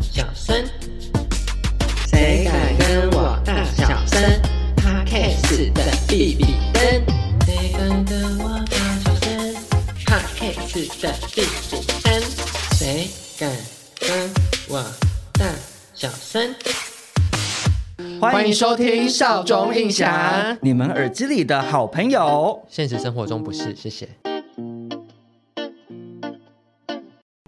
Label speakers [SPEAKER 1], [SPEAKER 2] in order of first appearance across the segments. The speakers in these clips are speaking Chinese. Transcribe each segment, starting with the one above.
[SPEAKER 1] 小声？谁敢跟我大小声？他 case 的比比登，谁敢跟我大小声？他 case 的比比登，谁敢跟我大小声？
[SPEAKER 2] 欢迎
[SPEAKER 1] 收听
[SPEAKER 2] 少
[SPEAKER 1] 中印象
[SPEAKER 2] 你们耳机里的好朋友。
[SPEAKER 1] 现实生活中不是，谢谢。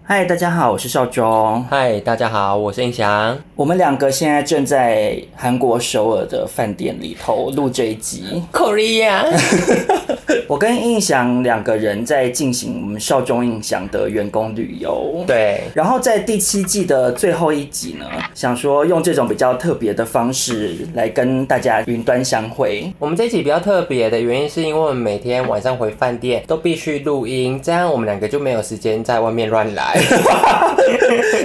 [SPEAKER 2] 嗨，大家好，我是少中。
[SPEAKER 3] 嗨，大家好，我是印翔。
[SPEAKER 2] 我们两个现在正在韩国首尔的饭店里头录这一集。
[SPEAKER 1] Korea，
[SPEAKER 2] 我跟印象两个人在进行我们少中印象的员工旅游。
[SPEAKER 3] 对，
[SPEAKER 2] 然后在第七季的最后一集呢，想说用这种比较特别的方式来跟大家云端相会。
[SPEAKER 3] 我们这一集比较特别的原因，是因为我们每天晚上回饭店都必须录音，这样我们两个就没有时间在外面 乱来。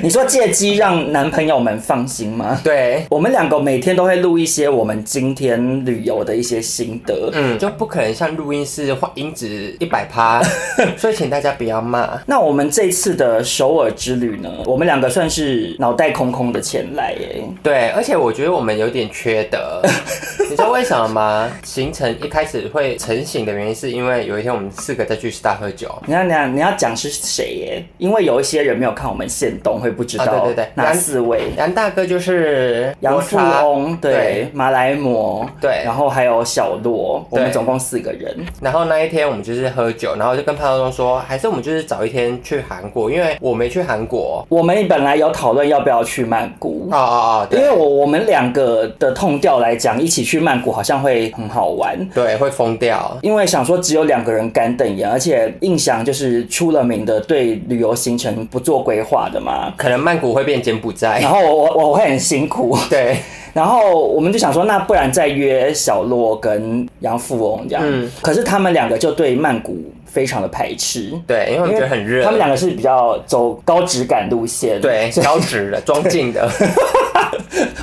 [SPEAKER 2] 你说借机让男朋友们放心吗？
[SPEAKER 3] 对，
[SPEAKER 2] 我们两个每天都会录一些我们今天旅游的一些心得。
[SPEAKER 3] 嗯，就不可能像录音室话音质一百 趴，所以请大家不要骂。
[SPEAKER 2] 那我们这次的首尔之旅呢，我们两个算是脑袋空空的前来耶。
[SPEAKER 3] 对，而且我觉得我们有点缺 德，你知道为什么吗？行程一开始会成型的原因，是因为有一天我们四个在去 star 喝酒。
[SPEAKER 2] 你要你要你要讲是谁耶？因为有一些人没有看我们现动，会不知道、
[SPEAKER 3] 啊对对对
[SPEAKER 2] 哪四位。
[SPEAKER 3] 杨大哥就是
[SPEAKER 2] 杨
[SPEAKER 3] 摩
[SPEAKER 2] 富
[SPEAKER 3] 擦
[SPEAKER 2] 翁，对，，马来貘，
[SPEAKER 3] 对
[SPEAKER 2] 然后还有小罗，我
[SPEAKER 3] 对
[SPEAKER 2] 们总共四个人。
[SPEAKER 3] 然后那一天我们就是喝酒，然后就跟潘少忠说，还是我们就是早一天去韩国，因为我没去韩国。
[SPEAKER 2] 我们本来有讨论要不要去曼谷
[SPEAKER 3] 哦，哦哦，
[SPEAKER 2] 因
[SPEAKER 3] 对
[SPEAKER 2] 为我我们两个的痛调来讲，一起去曼谷好像会很好玩。
[SPEAKER 3] 对，会疯掉。
[SPEAKER 2] 因为想说只有两个人干瞪眼，而且印象就是出了名的对旅游行程不做规划的嘛。
[SPEAKER 3] 可能曼谷会变柬埔寨
[SPEAKER 2] 然，后我我我会很辛苦，
[SPEAKER 3] 对，
[SPEAKER 2] 然后我们就想说，那不然再约小洛跟杨富翁这样。
[SPEAKER 3] 嗯
[SPEAKER 2] 可是他们两个就对曼谷非常的排斥。
[SPEAKER 3] 对，因为我们觉得很热，
[SPEAKER 2] 他们两个是比较走高质感路线，
[SPEAKER 3] 对
[SPEAKER 2] 所以
[SPEAKER 3] 高脂的、装进的，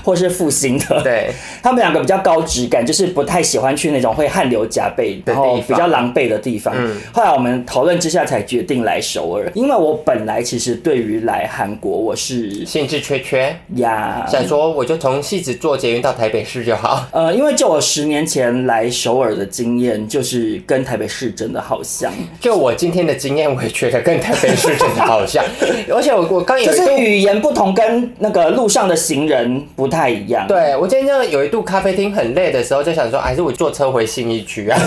[SPEAKER 2] 或是复兴的，，
[SPEAKER 3] 对
[SPEAKER 2] 他们两个比较高质感，就是不太喜欢去那种会汗流浃背，
[SPEAKER 3] 的
[SPEAKER 2] 然后
[SPEAKER 3] 地
[SPEAKER 2] 比
[SPEAKER 3] 方
[SPEAKER 2] 较狼狈的地方。
[SPEAKER 3] 嗯
[SPEAKER 2] 后来我们讨论之下才决定来首尔，因为我本来其实对于来韩国我是
[SPEAKER 3] 兴致缺缺，
[SPEAKER 2] 呀。
[SPEAKER 3] 想说我就从戏子坐捷运到台北市就好。
[SPEAKER 2] 呃，因为就我十年前来首尔的经验，就是跟台北市真的好像，
[SPEAKER 3] 就我今天的经验，我也觉得跟台北市真的 好像，而且我我刚有
[SPEAKER 2] 就
[SPEAKER 3] 一
[SPEAKER 2] 是
[SPEAKER 3] 度
[SPEAKER 2] 语言不同，跟那个路上的行人不太一样。
[SPEAKER 3] 对我今天这样有一度咖啡厅很累的时候，就想说，还是我坐车回信义区啊。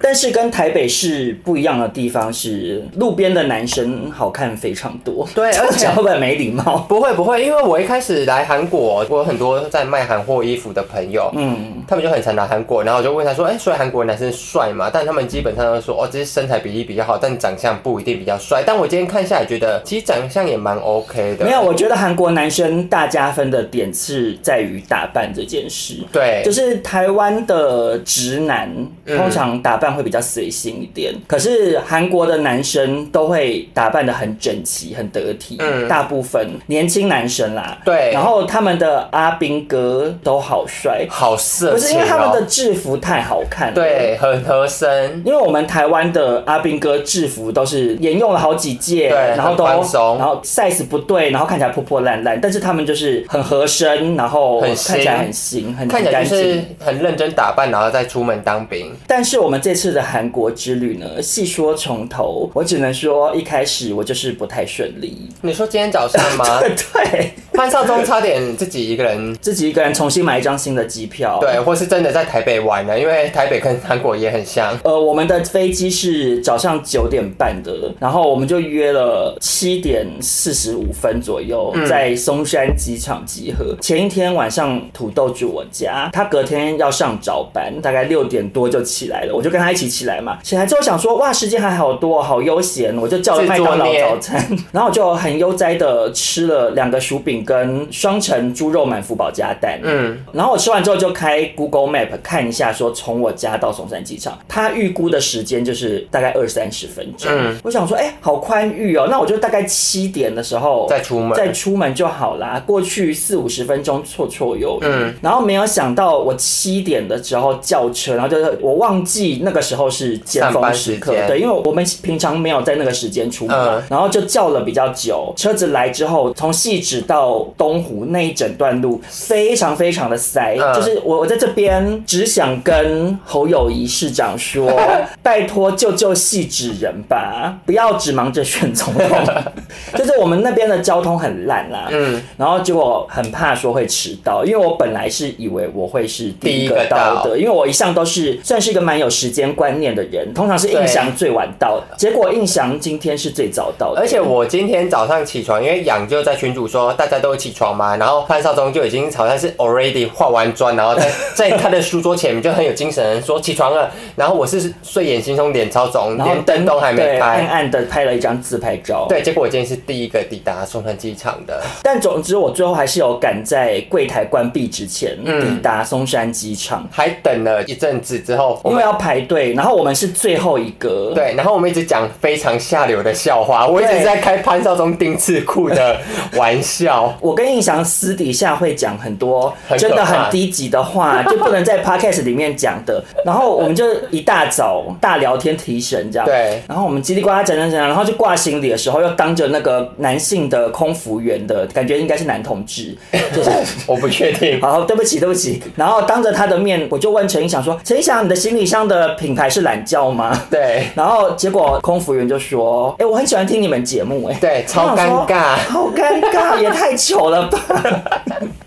[SPEAKER 2] 但是跟台北市不一样的地方是，路边的男生好看非常多。
[SPEAKER 3] 对而 且
[SPEAKER 2] 讲会不会没礼貌？
[SPEAKER 3] 不会不会，因为我一开始来韩国，我有很多在卖韩货衣服的朋友，
[SPEAKER 2] 嗯，
[SPEAKER 3] 他们就很常来韩国，然后我就问他说：“哎、所以韩国男生帅嘛？”但他们基本上都说：“哦，只是身材比例比较好，但长相不一定比较帅。”但我今天看下来，觉得其实长相也蛮 OK 的。
[SPEAKER 2] 没有，我觉得韩国男生大加分的点是在于打扮这件事。
[SPEAKER 3] 对
[SPEAKER 2] 就，是台湾的直男
[SPEAKER 3] 嗯
[SPEAKER 2] 通常打扮会比较随性一点，可是韩国的男生都会打扮的很整齐、很得体，
[SPEAKER 3] 嗯
[SPEAKER 2] 大部分年轻男生啦。
[SPEAKER 3] 对
[SPEAKER 2] 然后他们的阿兵哥都好帅，
[SPEAKER 3] 好色情、哦，
[SPEAKER 2] 不是因为他们的嗯制服太好看了。
[SPEAKER 3] 对很合身，
[SPEAKER 2] 因为我们台湾的阿兵哥制服都是沿用了好几届，
[SPEAKER 3] 对
[SPEAKER 2] 然后都
[SPEAKER 3] 很宽松
[SPEAKER 2] 然后 size 不对，然后看起来破破烂烂，但是他们就是很合身，然后
[SPEAKER 3] 很
[SPEAKER 2] 看
[SPEAKER 3] 新
[SPEAKER 2] 起来很新，很
[SPEAKER 3] 看起来
[SPEAKER 2] 干
[SPEAKER 3] 就
[SPEAKER 2] 净。
[SPEAKER 3] 是很认真打扮，然后再出门当兵。
[SPEAKER 2] 但是我们这次的韩国之旅呢，细说从头，我只能说一开始我就是不太顺利，？
[SPEAKER 3] 你说今天早上吗
[SPEAKER 2] 对
[SPEAKER 3] 潘少忠差点自己一个人。
[SPEAKER 2] 自己一个人重新买一张新的机票，
[SPEAKER 3] 对，或是真的在台北玩了，因为台北跟韩国也很像。
[SPEAKER 2] 呃，我们的飞机是早上九点半的，然后我们就约了七点四十五分左右在松山机场集合。前一天晚上土豆住我家，他隔天要上早班，大概六点多就起来了，我就跟他一起起来嘛。起来之后想说，哇，时间还好多，好悠闲，我就叫了麦当劳
[SPEAKER 3] 自作孽
[SPEAKER 2] 早餐，然后我就很悠哉的吃了两个薯饼跟双层猪肉满福宝加蛋，
[SPEAKER 3] 嗯，
[SPEAKER 2] 然后我吃完之后就开 Google Map 看一下，说从我家到松山机场，它预估的时间就是大概二三十分钟。
[SPEAKER 3] 嗯
[SPEAKER 2] 我想说，哎、好宽裕哦，那我就大概七点的时候
[SPEAKER 3] 再出门
[SPEAKER 2] 再出门就好啦。过去四五十分钟绰绰有余。
[SPEAKER 3] 嗯
[SPEAKER 2] 然后没有想到我七点的时候叫车，然后就是我忘记那个时候是尖
[SPEAKER 3] 上
[SPEAKER 2] 峰
[SPEAKER 3] 班
[SPEAKER 2] 时
[SPEAKER 3] 时
[SPEAKER 2] 刻，
[SPEAKER 3] 间
[SPEAKER 2] 对，因为我们平常没有在那个时间出门嘛，
[SPEAKER 3] 嗯
[SPEAKER 2] 然后就叫了比较久。车子来之后，从细指到东湖那一整段路非常非常的塞，
[SPEAKER 3] 嗯
[SPEAKER 2] 就是我我在这边只想跟侯友谊市长说， 拜托救救细指人吧，不要只忙着选总统， 就是我们那边的交通很烂啦。
[SPEAKER 3] 嗯，
[SPEAKER 2] 然后结果很怕说会迟到，因为我本来是以为我会是第一
[SPEAKER 3] 第
[SPEAKER 2] 个
[SPEAKER 3] 一个
[SPEAKER 2] 到
[SPEAKER 3] 到
[SPEAKER 2] 的，因为我一向都是算是一个蛮有时间观念的人，通常是
[SPEAKER 3] 对
[SPEAKER 2] 印翔最晚到，结果印翔今天是最早到的，
[SPEAKER 3] 而且我今天早上起床，因为养就在群主说大家都起床嘛，然后潘少忠就已经好像是 already 化完妆，然后在 在他的书桌前面就很有精神说起床了，然后我是睡眼惺忪，脸超肿，
[SPEAKER 2] 然后
[SPEAKER 3] 连灯都还
[SPEAKER 2] 对
[SPEAKER 3] 没
[SPEAKER 2] 暗
[SPEAKER 3] 开。
[SPEAKER 2] 暗的拍了一张自拍照。，
[SPEAKER 3] 对，结果我今天是第一个抵达松山机场的。
[SPEAKER 2] 但总之我最后还是有赶在柜台关闭之前
[SPEAKER 3] 嗯
[SPEAKER 2] 抵达松山机场，
[SPEAKER 3] 还等了一阵子之后，我
[SPEAKER 2] 因为
[SPEAKER 3] 们
[SPEAKER 2] 要排队，然后我们是最后一个。。
[SPEAKER 3] 对，然后我们一直讲非常下流的笑话，我一直
[SPEAKER 2] 对
[SPEAKER 3] 在开潘少忠丁字裤的玩笑。
[SPEAKER 2] 我跟印翔私底下会讲很多
[SPEAKER 3] 很可
[SPEAKER 2] 真
[SPEAKER 3] 怕
[SPEAKER 2] 的很低级的话，就不能在 podcast 里面讲的。然后我们就一大早大聊天提神这样。
[SPEAKER 3] 对
[SPEAKER 2] 然后我们叽里呱啦讲讲讲，然后就挂行李的时候，又当着那个男性的空服员的感觉，应该是男同 志，就是。
[SPEAKER 3] 我不确定，
[SPEAKER 2] 好，对不起，对不起。然后当着他的面，我就问陈一翔说：“陈一翔，你的行李箱的品牌是懒觉吗？”
[SPEAKER 3] 对
[SPEAKER 2] 然后结果空服员就说：“哎、我很喜欢听你们节目、哎，
[SPEAKER 3] 对，超
[SPEAKER 2] 我想说
[SPEAKER 3] 尴尬。
[SPEAKER 2] 好尴尬，也太糗了吧。”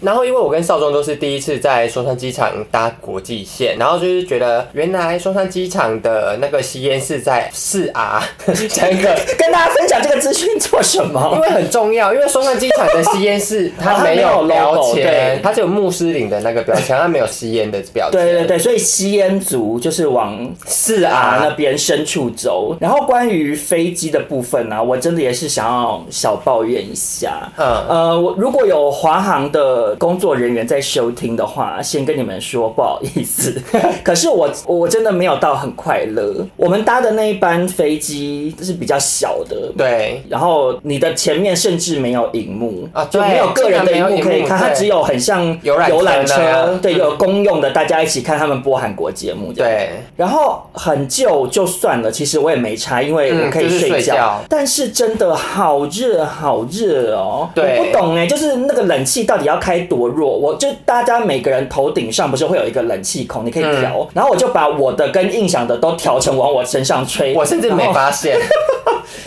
[SPEAKER 3] 然后因为我跟少忠都是第一次在松山机场搭国际线，然后就是觉得原来松山机场的那个吸烟是在四 R 这个。
[SPEAKER 2] 跟大家分享这个资讯做什
[SPEAKER 3] 因
[SPEAKER 2] 么？
[SPEAKER 3] 为很重要，因为松山机场的吸烟室它
[SPEAKER 2] 它没
[SPEAKER 3] 没
[SPEAKER 2] 有
[SPEAKER 3] 有
[SPEAKER 2] logo，
[SPEAKER 3] 标
[SPEAKER 2] 对
[SPEAKER 3] 签，它只有穆斯林的那个标签，它没有吸烟的标签。
[SPEAKER 2] 对对，对，所以吸烟族就是往
[SPEAKER 3] 四
[SPEAKER 2] 啊
[SPEAKER 3] R
[SPEAKER 2] 那边深处走。然后关于飞机的部分呢、啊我真的也是想要小抱怨一下。
[SPEAKER 3] 嗯
[SPEAKER 2] 呃，我如果有华航的工作人员在收听的话，先跟你们说不好意 思。可是我我真的没有到很快乐。我们搭的那一班飞机是比较小的，
[SPEAKER 3] 对，
[SPEAKER 2] 然后你的前面甚至没有荧幕
[SPEAKER 3] 啊
[SPEAKER 2] 就没有
[SPEAKER 3] 对
[SPEAKER 2] 个人的
[SPEAKER 3] 竟然没有
[SPEAKER 2] 幕可以
[SPEAKER 3] 荧幕
[SPEAKER 2] 看，它
[SPEAKER 3] 对
[SPEAKER 2] 只有很像
[SPEAKER 3] 游览车啊
[SPEAKER 2] 游览
[SPEAKER 3] 那
[SPEAKER 2] 车，
[SPEAKER 3] 样
[SPEAKER 2] 对，有公用的，大家一起看他们播韩国节目这样。
[SPEAKER 3] 对，
[SPEAKER 2] 然后很旧就算了，其实我也没差，因为
[SPEAKER 3] 嗯
[SPEAKER 2] 我可以
[SPEAKER 3] 就是
[SPEAKER 2] 睡
[SPEAKER 3] 睡觉
[SPEAKER 2] 但是真的好热，好热哦！
[SPEAKER 3] 对
[SPEAKER 2] 我不懂哎，就是那个冷气到底要开多弱？我就大家每个人头顶上不是会有一个冷气孔，你可以调，
[SPEAKER 3] 嗯
[SPEAKER 2] 然后我就把我的跟印象的都调成往我身上吹。
[SPEAKER 3] 我甚至
[SPEAKER 2] 然
[SPEAKER 3] 没
[SPEAKER 2] 后
[SPEAKER 3] 发现。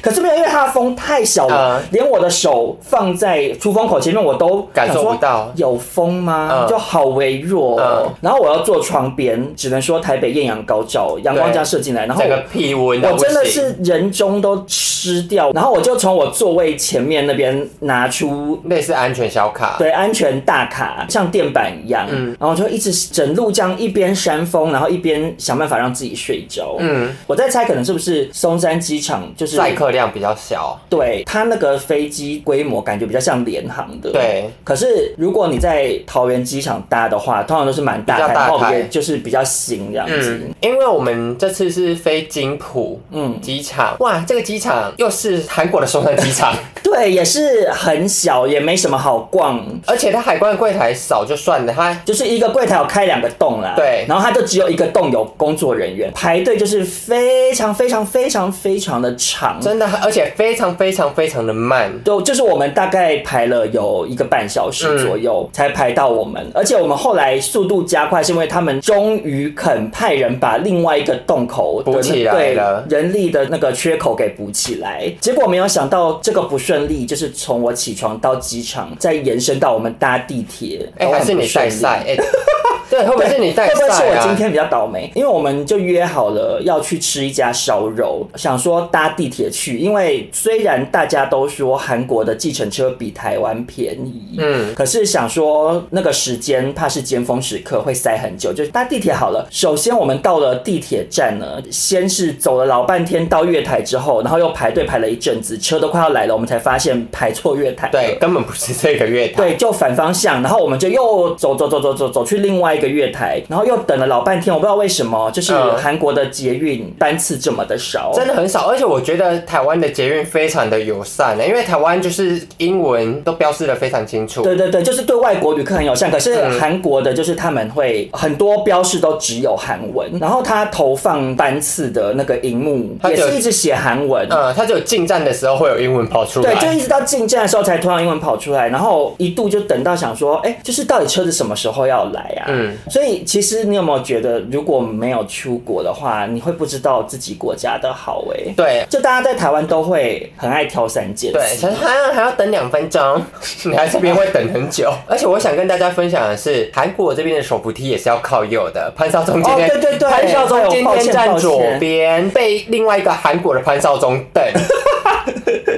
[SPEAKER 2] 可是没有，因为它的风太小了，
[SPEAKER 3] 嗯
[SPEAKER 2] 连我的手放在出风口前面我都
[SPEAKER 3] 感受
[SPEAKER 2] 想说
[SPEAKER 3] 不到
[SPEAKER 2] 有风吗？
[SPEAKER 3] 嗯
[SPEAKER 2] 就好微弱、哦。
[SPEAKER 3] 嗯
[SPEAKER 2] 然后我要坐窗边，只能说台北艳阳高照，阳光这样射进来，然后
[SPEAKER 3] 整个
[SPEAKER 2] 我。
[SPEAKER 3] 屁温到
[SPEAKER 2] 我
[SPEAKER 3] 不行，
[SPEAKER 2] 真的是人中都湿掉，然后我就从我座位前面那边拿出
[SPEAKER 3] 类似安全小卡，
[SPEAKER 2] 对安全大卡，像电板一样，
[SPEAKER 3] 嗯
[SPEAKER 2] 然后就一直整路这样一边扇风，然后一边想办法让自己睡着。
[SPEAKER 3] 嗯，
[SPEAKER 2] 我在猜可能是不是松山机场就是
[SPEAKER 3] 载客量比较小，
[SPEAKER 2] 对它那个飞机规模感觉比较像联航的，
[SPEAKER 3] 对。
[SPEAKER 2] 可是如果你在桃园机场搭的话，通常都是蛮大
[SPEAKER 3] 比较
[SPEAKER 2] 台，
[SPEAKER 3] 大
[SPEAKER 2] 然后
[SPEAKER 3] 台
[SPEAKER 2] 也就是比较新这样子。
[SPEAKER 3] 嗯，因为我们这次是飞金浦，
[SPEAKER 2] 嗯
[SPEAKER 3] 嗯，机场，哇，这个机场又是韩国的松山 机场，
[SPEAKER 2] 对，也是很小，也没什么好逛，
[SPEAKER 3] 而且它海关柜台少就算了，它
[SPEAKER 2] 就是一个柜台有开两个洞啦。
[SPEAKER 3] 对
[SPEAKER 2] 然后它就只有一个洞有工作人员排队，就是非常非常非常非常的长。
[SPEAKER 3] 真的，而且非常非常非常的慢，
[SPEAKER 2] 对，就是我们大概排了有一个半小
[SPEAKER 3] 嗯
[SPEAKER 2] 时左右才排到我们，而且我们后来速度加快，是因为他们终于肯派人把另外一个洞口的
[SPEAKER 3] 补
[SPEAKER 2] 那
[SPEAKER 3] 起来了
[SPEAKER 2] 对人力的那个缺口给补起来。结果没有想到这个不顺利，就是从我起床到机场，再延伸到我们搭地铁，哦
[SPEAKER 3] 哎、
[SPEAKER 2] 都很
[SPEAKER 3] 还是
[SPEAKER 2] 不
[SPEAKER 3] 你
[SPEAKER 2] 顺利
[SPEAKER 3] 晒晒，哎、 对，会不会是你带
[SPEAKER 2] 会不会是
[SPEAKER 3] 赛
[SPEAKER 2] 我
[SPEAKER 3] 啊？
[SPEAKER 2] 今天比较倒霉？因为我们就约好了要去吃一家烧肉，想说搭地铁去，因为虽然大家都说韩国的计程车比台湾便宜，嗯，可是想说那个时间怕是尖峰时刻会塞很久，就搭地铁好了。首先我们到了地铁站呢，先是走了老半天到月台之后，然后又排队排了一阵子，车都快要来了，我们才发现排错月台了。
[SPEAKER 3] 对，根本不是这个月台。
[SPEAKER 2] 对，就反方向，然后我们就又走走走走走走去另外一个月台，然后又等了老半天，我不知道为什么，就是
[SPEAKER 3] 嗯
[SPEAKER 2] 韩国的捷运班次这么的少，
[SPEAKER 3] 真的很少，而且我觉得台湾的捷运非常的友善啊因为台湾就是英文都标示的非常清楚。
[SPEAKER 2] 对对对，就是对外国旅客很友善。可是
[SPEAKER 3] 嗯
[SPEAKER 2] 韩国的，就是他们会很多标示都只有韩文，然后他投放班次的那个荧幕
[SPEAKER 3] 它
[SPEAKER 2] 也
[SPEAKER 3] 只有
[SPEAKER 2] 是一直写韩文。
[SPEAKER 3] 嗯，它只有进站的时候会有英文跑出来。
[SPEAKER 2] 对，就一直到进站的时候才突然英文跑出来，然后一度就等到想说，哎、就是到底车子什么时候要来啊？
[SPEAKER 3] 嗯
[SPEAKER 2] 所以其实你有没有觉得，如果没有出国的话，你会不知道自己国家的好哎、
[SPEAKER 3] 对
[SPEAKER 2] 就大家在台湾都会很爱挑三拣
[SPEAKER 3] 对，
[SPEAKER 2] 四
[SPEAKER 3] 想，说啊还要等两 分钟，你来这边会等很久。 而且我想跟大家分享的是，韩国这边的手扶梯也是要靠右的。潘少忠今天，
[SPEAKER 2] 哦对对对
[SPEAKER 3] 潘少忠今
[SPEAKER 2] 哎我抱
[SPEAKER 3] 天
[SPEAKER 2] 歉
[SPEAKER 3] 站左
[SPEAKER 2] 抱歉
[SPEAKER 3] 边，被另外一个韩国的潘少忠 瞪。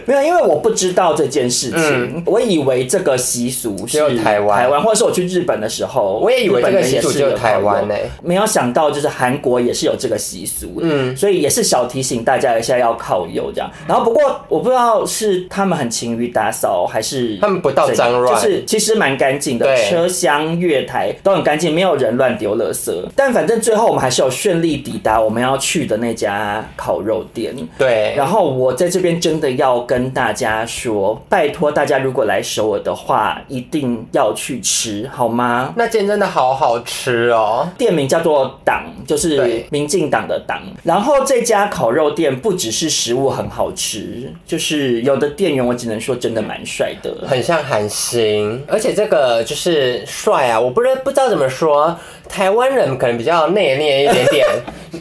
[SPEAKER 2] 没有，因为我不知道这件事情，我以为这个习俗
[SPEAKER 3] 嗯只有
[SPEAKER 2] 是
[SPEAKER 3] 台湾
[SPEAKER 2] 台湾，或者是我去日本的时候，
[SPEAKER 3] 我也以为这个习俗只有台湾
[SPEAKER 2] 呢、
[SPEAKER 3] 欸
[SPEAKER 2] 没有想到就是韩国也是有这个习俗，
[SPEAKER 3] 嗯
[SPEAKER 2] 嗯，所以也是小提醒大家一下要靠右这样。然后不过我不知道是他们很勤于打扫，还是
[SPEAKER 3] 他们不到脏乱
[SPEAKER 2] 就是其实蛮干净的，
[SPEAKER 3] 对
[SPEAKER 2] 车厢、月台都很干净，没有人乱丢垃圾。但反正最后我们还是有顺利抵达我们要去的那家烤肉店，
[SPEAKER 3] 对，
[SPEAKER 2] 然后我在这边真的要跟大家说，拜托大家如果来首尔的话，一定要去吃，好吗？
[SPEAKER 3] 那间真的好好吃哦。
[SPEAKER 2] 店名叫做“党”，就是
[SPEAKER 3] 对
[SPEAKER 2] 民进党的“党”。然后这家烤肉店不只是食物很好吃，就是有的店员我只能说真的蛮帅的。
[SPEAKER 3] 很像韩星，而且这个就是帅啊！我不知不知道怎么说，台湾人可能比较内敛一点 点。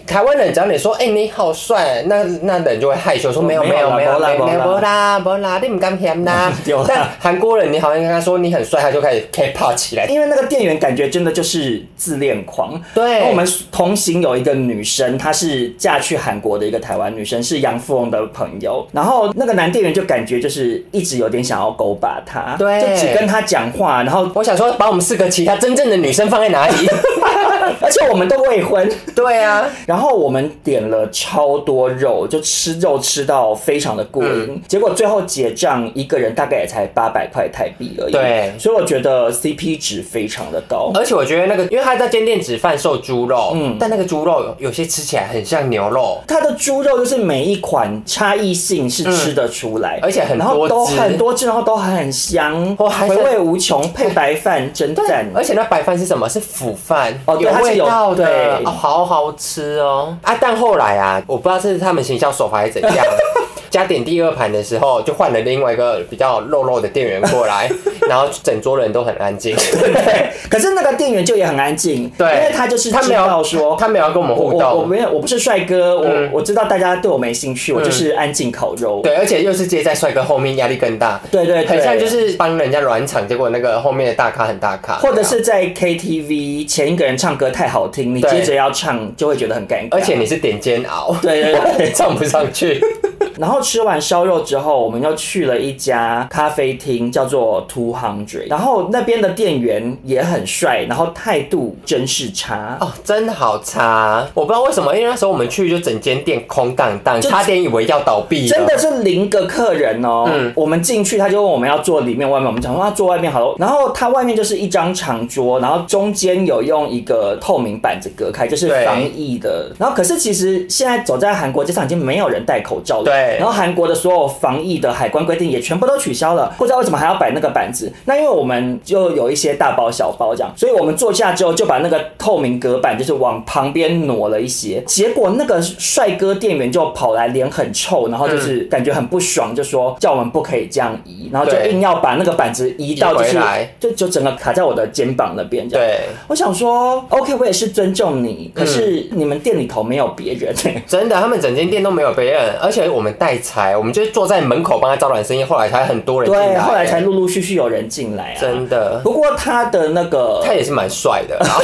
[SPEAKER 3] 台湾人只要你说“哎、你好帅”，那那人就会害羞说“没有
[SPEAKER 2] 哦没
[SPEAKER 3] 没
[SPEAKER 2] 有
[SPEAKER 3] 有
[SPEAKER 2] 啦
[SPEAKER 3] 没有
[SPEAKER 2] 没啦
[SPEAKER 3] 没
[SPEAKER 2] 没啦啊
[SPEAKER 3] 有没有啦没啦，你唔敢嫌 啦
[SPEAKER 2] 对啦”。
[SPEAKER 3] 但韩国人，你好像跟他说你很帅，他就开始 K-pop 起来。
[SPEAKER 2] 因为那个店员感觉真的就是自恋狂。
[SPEAKER 3] 对
[SPEAKER 2] 因为我们同行有一个女生，她是嫁去韩国的一个台湾女生，是杨富翁的朋友。然后那个男店员就感觉就是一直有点想要勾搭她，
[SPEAKER 3] 对
[SPEAKER 2] 就只跟她讲话，然后
[SPEAKER 3] 我想说，把我们四个其他真正的女生放在哪里？
[SPEAKER 2] 而且我们都未婚。
[SPEAKER 3] 对啊，
[SPEAKER 2] 然后我们点了超多肉，就吃肉吃到非常的过
[SPEAKER 3] 嗯
[SPEAKER 2] 瘾，结果最后结账一个人大概也才八百块台币而已。
[SPEAKER 3] 对
[SPEAKER 2] 所以我觉得 CP 值非常的高。
[SPEAKER 3] 而且我觉得那个，因为他在间店只贩售猪肉，
[SPEAKER 2] 嗯
[SPEAKER 3] 但那个猪肉有有些吃起来很像牛肉，
[SPEAKER 2] 它的猪肉就是每一款差异性是吃得出来，
[SPEAKER 3] 嗯而且很
[SPEAKER 2] 然后
[SPEAKER 3] 多
[SPEAKER 2] 都
[SPEAKER 3] 汁
[SPEAKER 2] 很多汁，然后都很香，
[SPEAKER 3] 哦还
[SPEAKER 2] 回
[SPEAKER 3] 是
[SPEAKER 2] 味无穷，配白饭真
[SPEAKER 3] 对
[SPEAKER 2] 赞，。
[SPEAKER 3] 而且那白饭是什么？是腐饭，
[SPEAKER 2] 哦对它是
[SPEAKER 3] 味
[SPEAKER 2] 有
[SPEAKER 3] 道的，
[SPEAKER 2] 对
[SPEAKER 3] 哦好好吃哦。啊，但后来啊，我不知道是他们行销手法还是怎 样。加点第二盘的时候，就换了另外一个比较肉肉的店员过 来，然后整桌人都很安 静。
[SPEAKER 2] 对， 可是那个店员就也很安静，
[SPEAKER 3] 对，
[SPEAKER 2] 因为他就是
[SPEAKER 3] 他
[SPEAKER 2] 知
[SPEAKER 3] 没
[SPEAKER 2] 道
[SPEAKER 3] 有
[SPEAKER 2] 说。
[SPEAKER 3] 他没有要跟我们
[SPEAKER 2] 我
[SPEAKER 3] 互
[SPEAKER 2] 我我
[SPEAKER 3] 动，嗯
[SPEAKER 2] 没有，我不是帅哥，我、我知道大家对我没兴趣，我就是安静烤肉。
[SPEAKER 3] 对，而且又是接在帅哥后面，压力更大。
[SPEAKER 2] 对对对，
[SPEAKER 3] 很像就是帮人家暖场，结果那个后面的大咖很大咖，
[SPEAKER 2] 或者是在 KTV 前一个人唱歌太好听，你
[SPEAKER 3] 对
[SPEAKER 2] 接着要唱就会觉得很尴尬。
[SPEAKER 3] 而且你是点煎熬，
[SPEAKER 2] 对 对对，
[SPEAKER 3] 唱不上去。
[SPEAKER 2] 然后吃完烧肉之后，我们又去了一家咖啡厅，叫做 Two Hundred。然后那边的店员也很帅，然后态度真是差。
[SPEAKER 3] 哦，真的好差！我不知道为什么，因为那时候我们去就整间店空荡荡，
[SPEAKER 2] 就
[SPEAKER 3] 差点以为要倒闭了。
[SPEAKER 2] 真的是零个客人哦，
[SPEAKER 3] 嗯
[SPEAKER 2] 我们进去他就问我们要坐里面外面，我们讲说要啊坐外面好了。然后他外面就是一张长桌，然后中间有用一个透明板子隔开，就是
[SPEAKER 3] 对
[SPEAKER 2] 防疫的。然后可是其实现在走在韩国街上已经没有人戴口罩了，
[SPEAKER 3] 对
[SPEAKER 2] 然后韩国的所有防疫的海关规定也全部都取消了，不知道为什么还要摆那个板子。那因为我们就有一些大包小包这样，所以我们坐下之后就把那个透明隔板就是往旁边挪了一些。结果那个帅哥店员就跑来，脸很臭，然后就是感觉很不爽，就说叫我们不可以这样移，然后就
[SPEAKER 3] 对
[SPEAKER 2] 硬要把那个板子移到就
[SPEAKER 3] 移
[SPEAKER 2] 是
[SPEAKER 3] 回来
[SPEAKER 2] 就就整个卡在我的肩膀那边这样。
[SPEAKER 3] 对，
[SPEAKER 2] 我想说，OK，我也是尊重你，可是你们店里头没有别人、
[SPEAKER 3] 真的，他们整间店都没有别人，而且我们们带财，我们就是坐在门口帮他招揽生意，后来才很多人进
[SPEAKER 2] 对，
[SPEAKER 3] 来，哎
[SPEAKER 2] 后来才陆陆续续有人进来啊。
[SPEAKER 3] 真的，
[SPEAKER 2] 不过他的那个，
[SPEAKER 3] 他也是蛮帅 的，然后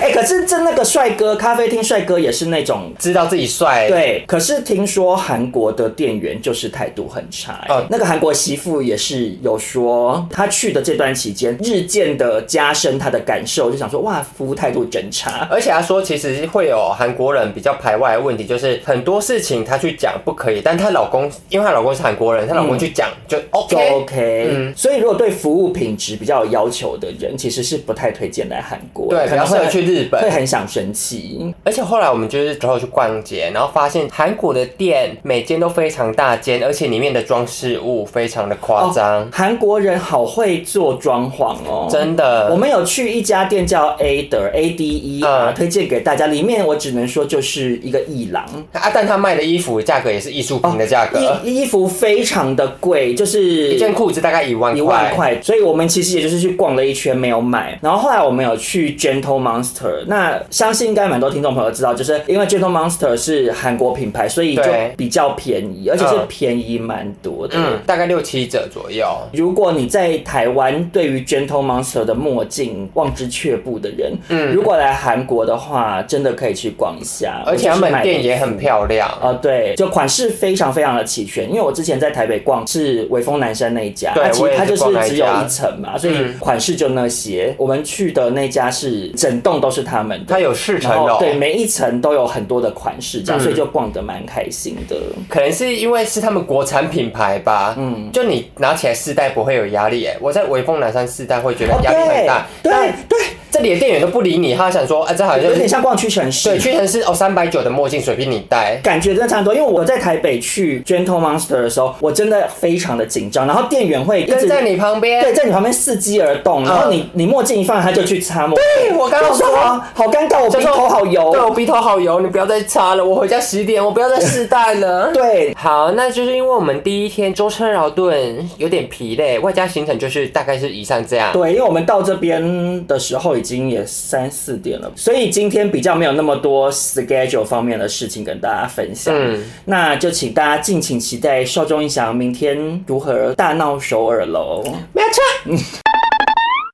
[SPEAKER 2] 哎、可是这那个帅哥，咖啡厅帅哥也是那种。
[SPEAKER 3] 知道自己帅，，
[SPEAKER 2] 对，可是听说韩国的店员就是态度很差、哎
[SPEAKER 3] 哦
[SPEAKER 2] 那个韩国媳妇也是有说，她去的这段期间，日渐的加深她的感受，就想说哇，服务态度真差。
[SPEAKER 3] 而且他说，其实会有韩国人比较排外的问题，就是很多事情她去讲不可以，但她老公，因为她老公是韩国人，她老
[SPEAKER 2] 嗯
[SPEAKER 3] 公去讲就
[SPEAKER 2] 就
[SPEAKER 3] 呃 OK，、嗯
[SPEAKER 2] OK，、所以如果对服务品质比较有要求的人，其实是不太推荐来韩国，
[SPEAKER 3] 对，
[SPEAKER 2] 可
[SPEAKER 3] 比
[SPEAKER 2] 能
[SPEAKER 3] 较适合
[SPEAKER 2] 会
[SPEAKER 3] 去日
[SPEAKER 2] 会
[SPEAKER 3] 本。
[SPEAKER 2] 很想生气。
[SPEAKER 3] 而且后来我们就是之后去逛街，然后发现韩国的店每间都非常大间，而且里面的装饰物非常的夸张，
[SPEAKER 2] 韩国人好会做装潢哦，
[SPEAKER 3] 真
[SPEAKER 2] 我
[SPEAKER 3] 的。
[SPEAKER 2] 们有去一家店叫 A 的 A D E 啊，
[SPEAKER 3] 嗯
[SPEAKER 2] 推荐给大家。里面我只能说就是一个艺廊，
[SPEAKER 3] 啊，但他卖的衣服价格也是艺术品的价格，
[SPEAKER 2] 衣衣服非常的贵，就是
[SPEAKER 3] 哦嗯一件裤子大概一万
[SPEAKER 2] 一
[SPEAKER 3] 块，
[SPEAKER 2] 万块，所以我们其实也就是去逛了一圈，没有买。然后后来我们有去 Gentle Monster，那相信应该蛮多听众朋友知道，就是因为 Gentle Monster 是韩国品牌，所以就
[SPEAKER 3] 对
[SPEAKER 2] 比较便宜，而且是
[SPEAKER 3] 嗯
[SPEAKER 2] 便宜蛮多的。
[SPEAKER 3] 嗯，大概六七折左右。
[SPEAKER 2] 如果你在台湾对于 Gentle Monster 的墨镜望之却步的人，嗯，如果来韩国的话，真的可以去逛一下，
[SPEAKER 3] 而且他们店也很
[SPEAKER 2] 亮。
[SPEAKER 3] 漂亮，
[SPEAKER 2] 呃，对，就款式非常非常的齐全，因为我之前在台北逛是微风南山那一家，
[SPEAKER 3] 对
[SPEAKER 2] 它其
[SPEAKER 3] 我
[SPEAKER 2] 实
[SPEAKER 3] 也
[SPEAKER 2] 它就是
[SPEAKER 3] 是逛那一
[SPEAKER 2] 只有
[SPEAKER 3] 家
[SPEAKER 2] 一层嘛，所以
[SPEAKER 3] 嗯
[SPEAKER 2] 款式就那些。我们去的那家是整栋都是他们的，
[SPEAKER 3] 它有哦四层
[SPEAKER 2] 然后
[SPEAKER 3] 楼，
[SPEAKER 2] 对每一层都有很多的款式，这样、
[SPEAKER 3] 嗯
[SPEAKER 2] 所以就逛得蛮开心的。
[SPEAKER 3] 可能是因为是他们国产品牌吧，嗯，就你拿起来试戴不会有压力耶。我在微风南山试戴会觉得压力很大，
[SPEAKER 2] 哦对
[SPEAKER 3] 但
[SPEAKER 2] 对
[SPEAKER 3] 这里的店员都不理你，他想说，啊，这好
[SPEAKER 2] 对，
[SPEAKER 3] 像
[SPEAKER 2] 有点
[SPEAKER 3] 是
[SPEAKER 2] 像逛屈臣氏，
[SPEAKER 3] 对，屈臣氏哦，三百九的墨镜随便你戴，
[SPEAKER 2] 感觉真的差很多，因为我在台北去 Gentle Monster 的时候，我真的非常的紧张，然后店员会一
[SPEAKER 3] 跟
[SPEAKER 2] 直
[SPEAKER 3] 在你旁边，
[SPEAKER 2] 对在你旁边伺机而动，然后你、你墨镜一放，他就去擦墨镜。
[SPEAKER 3] 对，我刚
[SPEAKER 2] 然
[SPEAKER 3] 刚
[SPEAKER 2] 后
[SPEAKER 3] 说
[SPEAKER 2] 说。好尴尬，我鼻头好
[SPEAKER 3] 对
[SPEAKER 2] 油。
[SPEAKER 3] 我鼻头好油，你不要再擦了。我回家洗脸，我不要再试戴 了。
[SPEAKER 2] 对，
[SPEAKER 3] 好，那就是因为我们第一天舟车劳顿，有点疲累，外加行程就是大概是以上这样。
[SPEAKER 2] 对，因为我们到这边的时候已经也三四点了，所以今天比较没有那么多 schedule 方面的事情跟大家分享。
[SPEAKER 3] 嗯
[SPEAKER 2] 那就请大家敬请期待少中一翔明天如何大闹首尔喽。
[SPEAKER 3] 没有错。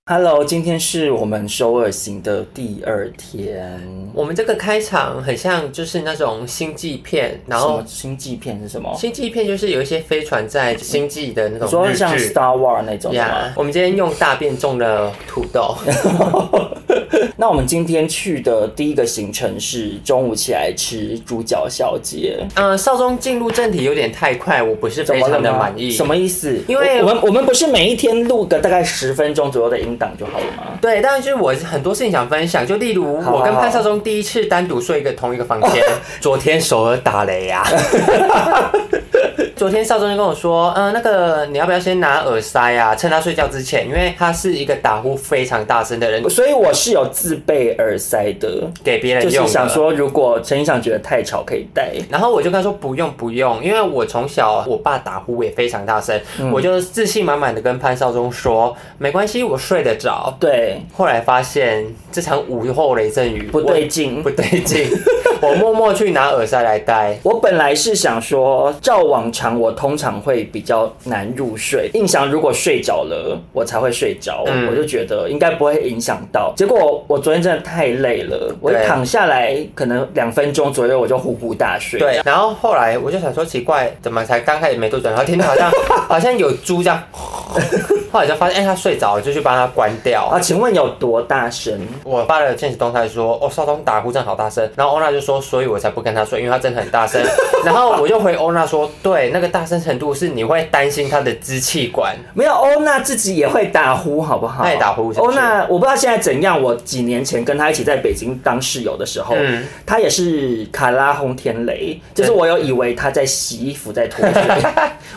[SPEAKER 2] Hello，今天是我们首尔行的第二天。
[SPEAKER 3] 我们这个开场很像就是那种星际片，然
[SPEAKER 2] 什
[SPEAKER 3] 后
[SPEAKER 2] 么星际片是什么？
[SPEAKER 3] 星际片就是有一些飞船在星际的那
[SPEAKER 2] 你
[SPEAKER 3] 种
[SPEAKER 2] 说
[SPEAKER 3] 日
[SPEAKER 2] 像
[SPEAKER 3] 志。
[SPEAKER 2] Star War 那种吗
[SPEAKER 3] 呀我们今天用大便种的土豆，
[SPEAKER 2] 那我们今天去的第一个行程是中午起来吃猪脚小姐。
[SPEAKER 3] 嗯，少中进入正题有点太快，我不是
[SPEAKER 2] 怎
[SPEAKER 3] 非
[SPEAKER 2] 么了
[SPEAKER 3] 常的
[SPEAKER 2] 吗
[SPEAKER 3] 满意。
[SPEAKER 2] 什？么意思？
[SPEAKER 3] 因为
[SPEAKER 2] 我我们我们不是每一天录个大概十分钟左右的音档就好了吗？
[SPEAKER 3] 对，但是我很多事情想分享，就例如
[SPEAKER 2] 好啊哦
[SPEAKER 3] 我跟潘少中第一次单独睡一个同一个房 间，昨天首尔打雷
[SPEAKER 2] 啊
[SPEAKER 3] 呀、 昨天少中就跟我说，嗯、那个你要不要先拿耳塞啊？趁他睡觉之前，因为他是一个打呼非常大声的人，
[SPEAKER 2] 所以我是有自备耳塞的，
[SPEAKER 3] 给别人
[SPEAKER 2] 就
[SPEAKER 3] 用的。
[SPEAKER 2] 是想说，如果陈一想觉得太吵可以戴。
[SPEAKER 3] 然后我就跟他说不用不用，因为我从小我爸打呼也非常大声，
[SPEAKER 2] 嗯
[SPEAKER 3] 我就自信满满的跟潘少忠说没关系，我睡得着。
[SPEAKER 2] 对，
[SPEAKER 3] 后来发现这场午后雷阵雨
[SPEAKER 2] 不对劲
[SPEAKER 3] 我不对劲， 我默默去拿耳塞来戴。
[SPEAKER 2] 我本来是想说，照往常我通常会比较难入睡，印象如果睡着了我才会睡着，
[SPEAKER 3] 嗯
[SPEAKER 2] 我就觉得应该不会影响到。结果我昨天真的太累了，我一
[SPEAKER 3] 对
[SPEAKER 2] 躺下来可能两分钟左右我就呼呼大睡。
[SPEAKER 3] 对，然后后来我就想说奇怪，怎么才刚开始没多久，然后听到好 像好像有猪这样，后来就发现哎、他睡着了，就去帮他关掉。
[SPEAKER 2] 啊，请问有多大声？
[SPEAKER 3] 我发了现实动态说，哦，少东打呼真的好大声。然后欧娜就说，所以我才不跟他睡，因为他真的 很大声。然后我就回欧娜说，对，那个大声程度是你会担心他的支气管。
[SPEAKER 2] 没有，欧娜自己也会打呼，好不好？
[SPEAKER 3] 她也打呼是不
[SPEAKER 2] 欧
[SPEAKER 3] 是
[SPEAKER 2] 娜，我不知道现在怎样。我几年前跟她一起在北京当室友的时候，
[SPEAKER 3] 嗯
[SPEAKER 2] 她也是卡拉轰天雷，就是
[SPEAKER 3] 真
[SPEAKER 2] 我有以为她在洗衣服在脱水，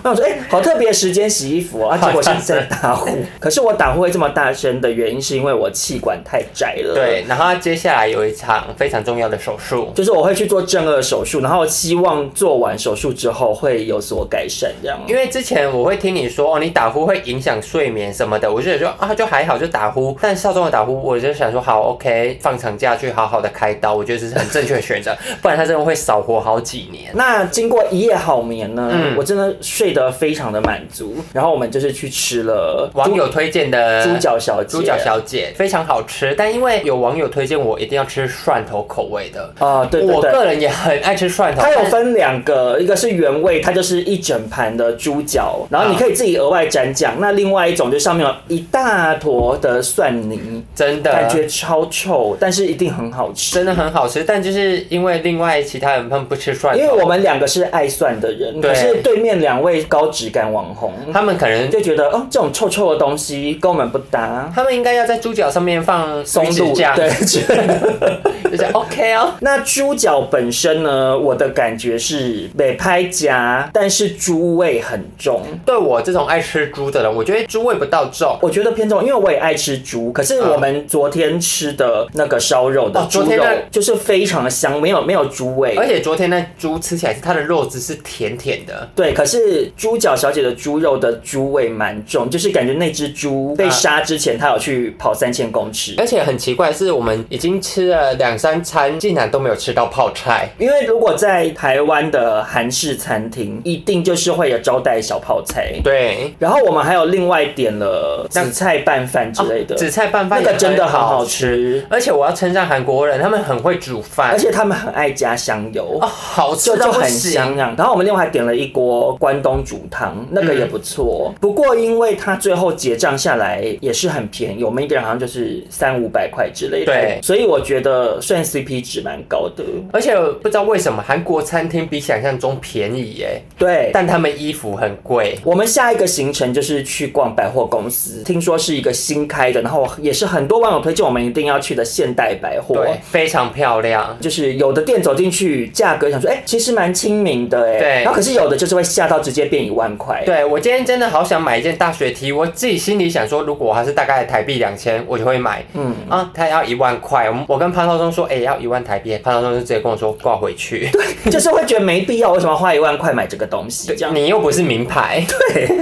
[SPEAKER 2] 我想说，哎、好特别的时间洗衣服哦啊，结
[SPEAKER 3] 好
[SPEAKER 2] 我是真的打呼。可是我打呼会这么大声的原因，是因为我气管太窄了。
[SPEAKER 3] 对，，然后他接下来有一场非常重要的手术，
[SPEAKER 2] 就是我会去做正颚手术，然后希望做完手术之后会有所改善，这样。
[SPEAKER 3] 因为之前我会听你说哦，你打呼会影响睡眠什么的，我就觉得啊，就还好，就打呼。但少中的打呼，我就想说好，OK，放长假去好好的开刀，我觉得这是很正确的选择，不然他真的会少活好几年。
[SPEAKER 2] 那经过一夜好眠呢，
[SPEAKER 3] 嗯
[SPEAKER 2] 我真的睡得非常的满足。然后我们就是去吃了
[SPEAKER 3] 网友推荐的
[SPEAKER 2] 猪脚小姐，
[SPEAKER 3] 猪脚小姐非常好吃，但因为有网友推荐我一定要吃蒜头口味的，
[SPEAKER 2] 啊、对对
[SPEAKER 3] 我
[SPEAKER 2] 对。
[SPEAKER 3] 个人也很爱吃蒜头。
[SPEAKER 2] 它有
[SPEAKER 3] 但
[SPEAKER 2] 分两个，一个是原味，它就是一整盘的猪脚，然
[SPEAKER 3] 嗯
[SPEAKER 2] 后你可以自己额外蘸酱。那另外一种就上面有一大坨的蒜泥，
[SPEAKER 3] 真的
[SPEAKER 2] 感觉超臭，但是一定很好吃
[SPEAKER 3] 真。的很好吃，但就是因为另外其他人他们不吃蒜头，
[SPEAKER 2] 因为我们两个是爱蒜的人，
[SPEAKER 3] 对
[SPEAKER 2] 可是对面两位高质感网红，
[SPEAKER 3] 他们可能
[SPEAKER 2] 就觉得哦，这种臭臭的东西跟我们不搭。
[SPEAKER 3] 他们应该要在猪脚上面放
[SPEAKER 2] 松
[SPEAKER 3] 鱼
[SPEAKER 2] 露
[SPEAKER 3] 子酱，
[SPEAKER 2] 对， 之类的
[SPEAKER 3] 就是 OK 哦。
[SPEAKER 2] 那猪脚本身呢，我的感觉是美拍夹，但是猪味很重。
[SPEAKER 3] 对我这种爱吃猪的人，我觉得猪味不到重。
[SPEAKER 2] 我觉得偏重，因为我也爱吃猪，可是我们昨天吃的那个烧肉的
[SPEAKER 3] 哦
[SPEAKER 2] 猪
[SPEAKER 3] 昨天
[SPEAKER 2] 肉
[SPEAKER 3] 那
[SPEAKER 2] 就是非常的香，没有没有猪味
[SPEAKER 3] 而。且昨天那猪吃起来是它的肉质是甜甜的，
[SPEAKER 2] 对，可是猪脚小姐的猪肉的猪味蛮重，就是感觉那只猪被杀之前，它有去跑三千公尺。
[SPEAKER 3] 而且很奇怪，是我们已经吃了两三餐，竟然都没有吃到泡菜。
[SPEAKER 2] 因为如果在台湾的韩式餐厅，一定就是会有招待小泡菜。
[SPEAKER 3] 对，
[SPEAKER 2] 然后我们还有另外点了紫菜拌饭之类的，
[SPEAKER 3] 哦紫菜拌饭
[SPEAKER 2] 那个真的好好
[SPEAKER 3] 好。
[SPEAKER 2] 吃，
[SPEAKER 3] 而且我要称赞韩国人，他们很会煮饭，
[SPEAKER 2] 而且他们很爱加香油
[SPEAKER 3] 哦，。好吃
[SPEAKER 2] 就
[SPEAKER 3] 到
[SPEAKER 2] 就
[SPEAKER 3] 不
[SPEAKER 2] 很
[SPEAKER 3] 行
[SPEAKER 2] 香啊！然后我们另外还点了一锅关东煮汤，那个也不错。
[SPEAKER 3] 嗯
[SPEAKER 2] 不过因为它最后结账下来也是很便宜，我们一个人好像就是三五百块之类的，
[SPEAKER 3] 对
[SPEAKER 2] 所以我觉得算 CP 值蛮高的。
[SPEAKER 3] 而且不知道为什么韩国餐厅比想象中便宜耶，
[SPEAKER 2] 对，
[SPEAKER 3] 但他们衣服很贵。
[SPEAKER 2] 我们下一个行程就是去逛百货公司，听说是一个新开的，然后也是很多网友推荐我们一定要去的现代百货。
[SPEAKER 3] 对，非常漂亮。
[SPEAKER 2] 就是有的店走进去，价格想说，哎、其实蛮亲民的、哎，
[SPEAKER 3] 对
[SPEAKER 2] 然后可是有的就是会吓到直接变一万块，，
[SPEAKER 3] 对我今天真的好想买一件大学 T，我自己心里想说，如果还是大概台币两千，我就会买。嗯啊，它要一万块，我们我跟潘少忠说，哎、要一万台币，潘少忠就直接跟我说挂回 去。
[SPEAKER 2] 就是会觉得没必要，为什么花一万块买这个东西？这样。
[SPEAKER 3] 你又不是名 牌，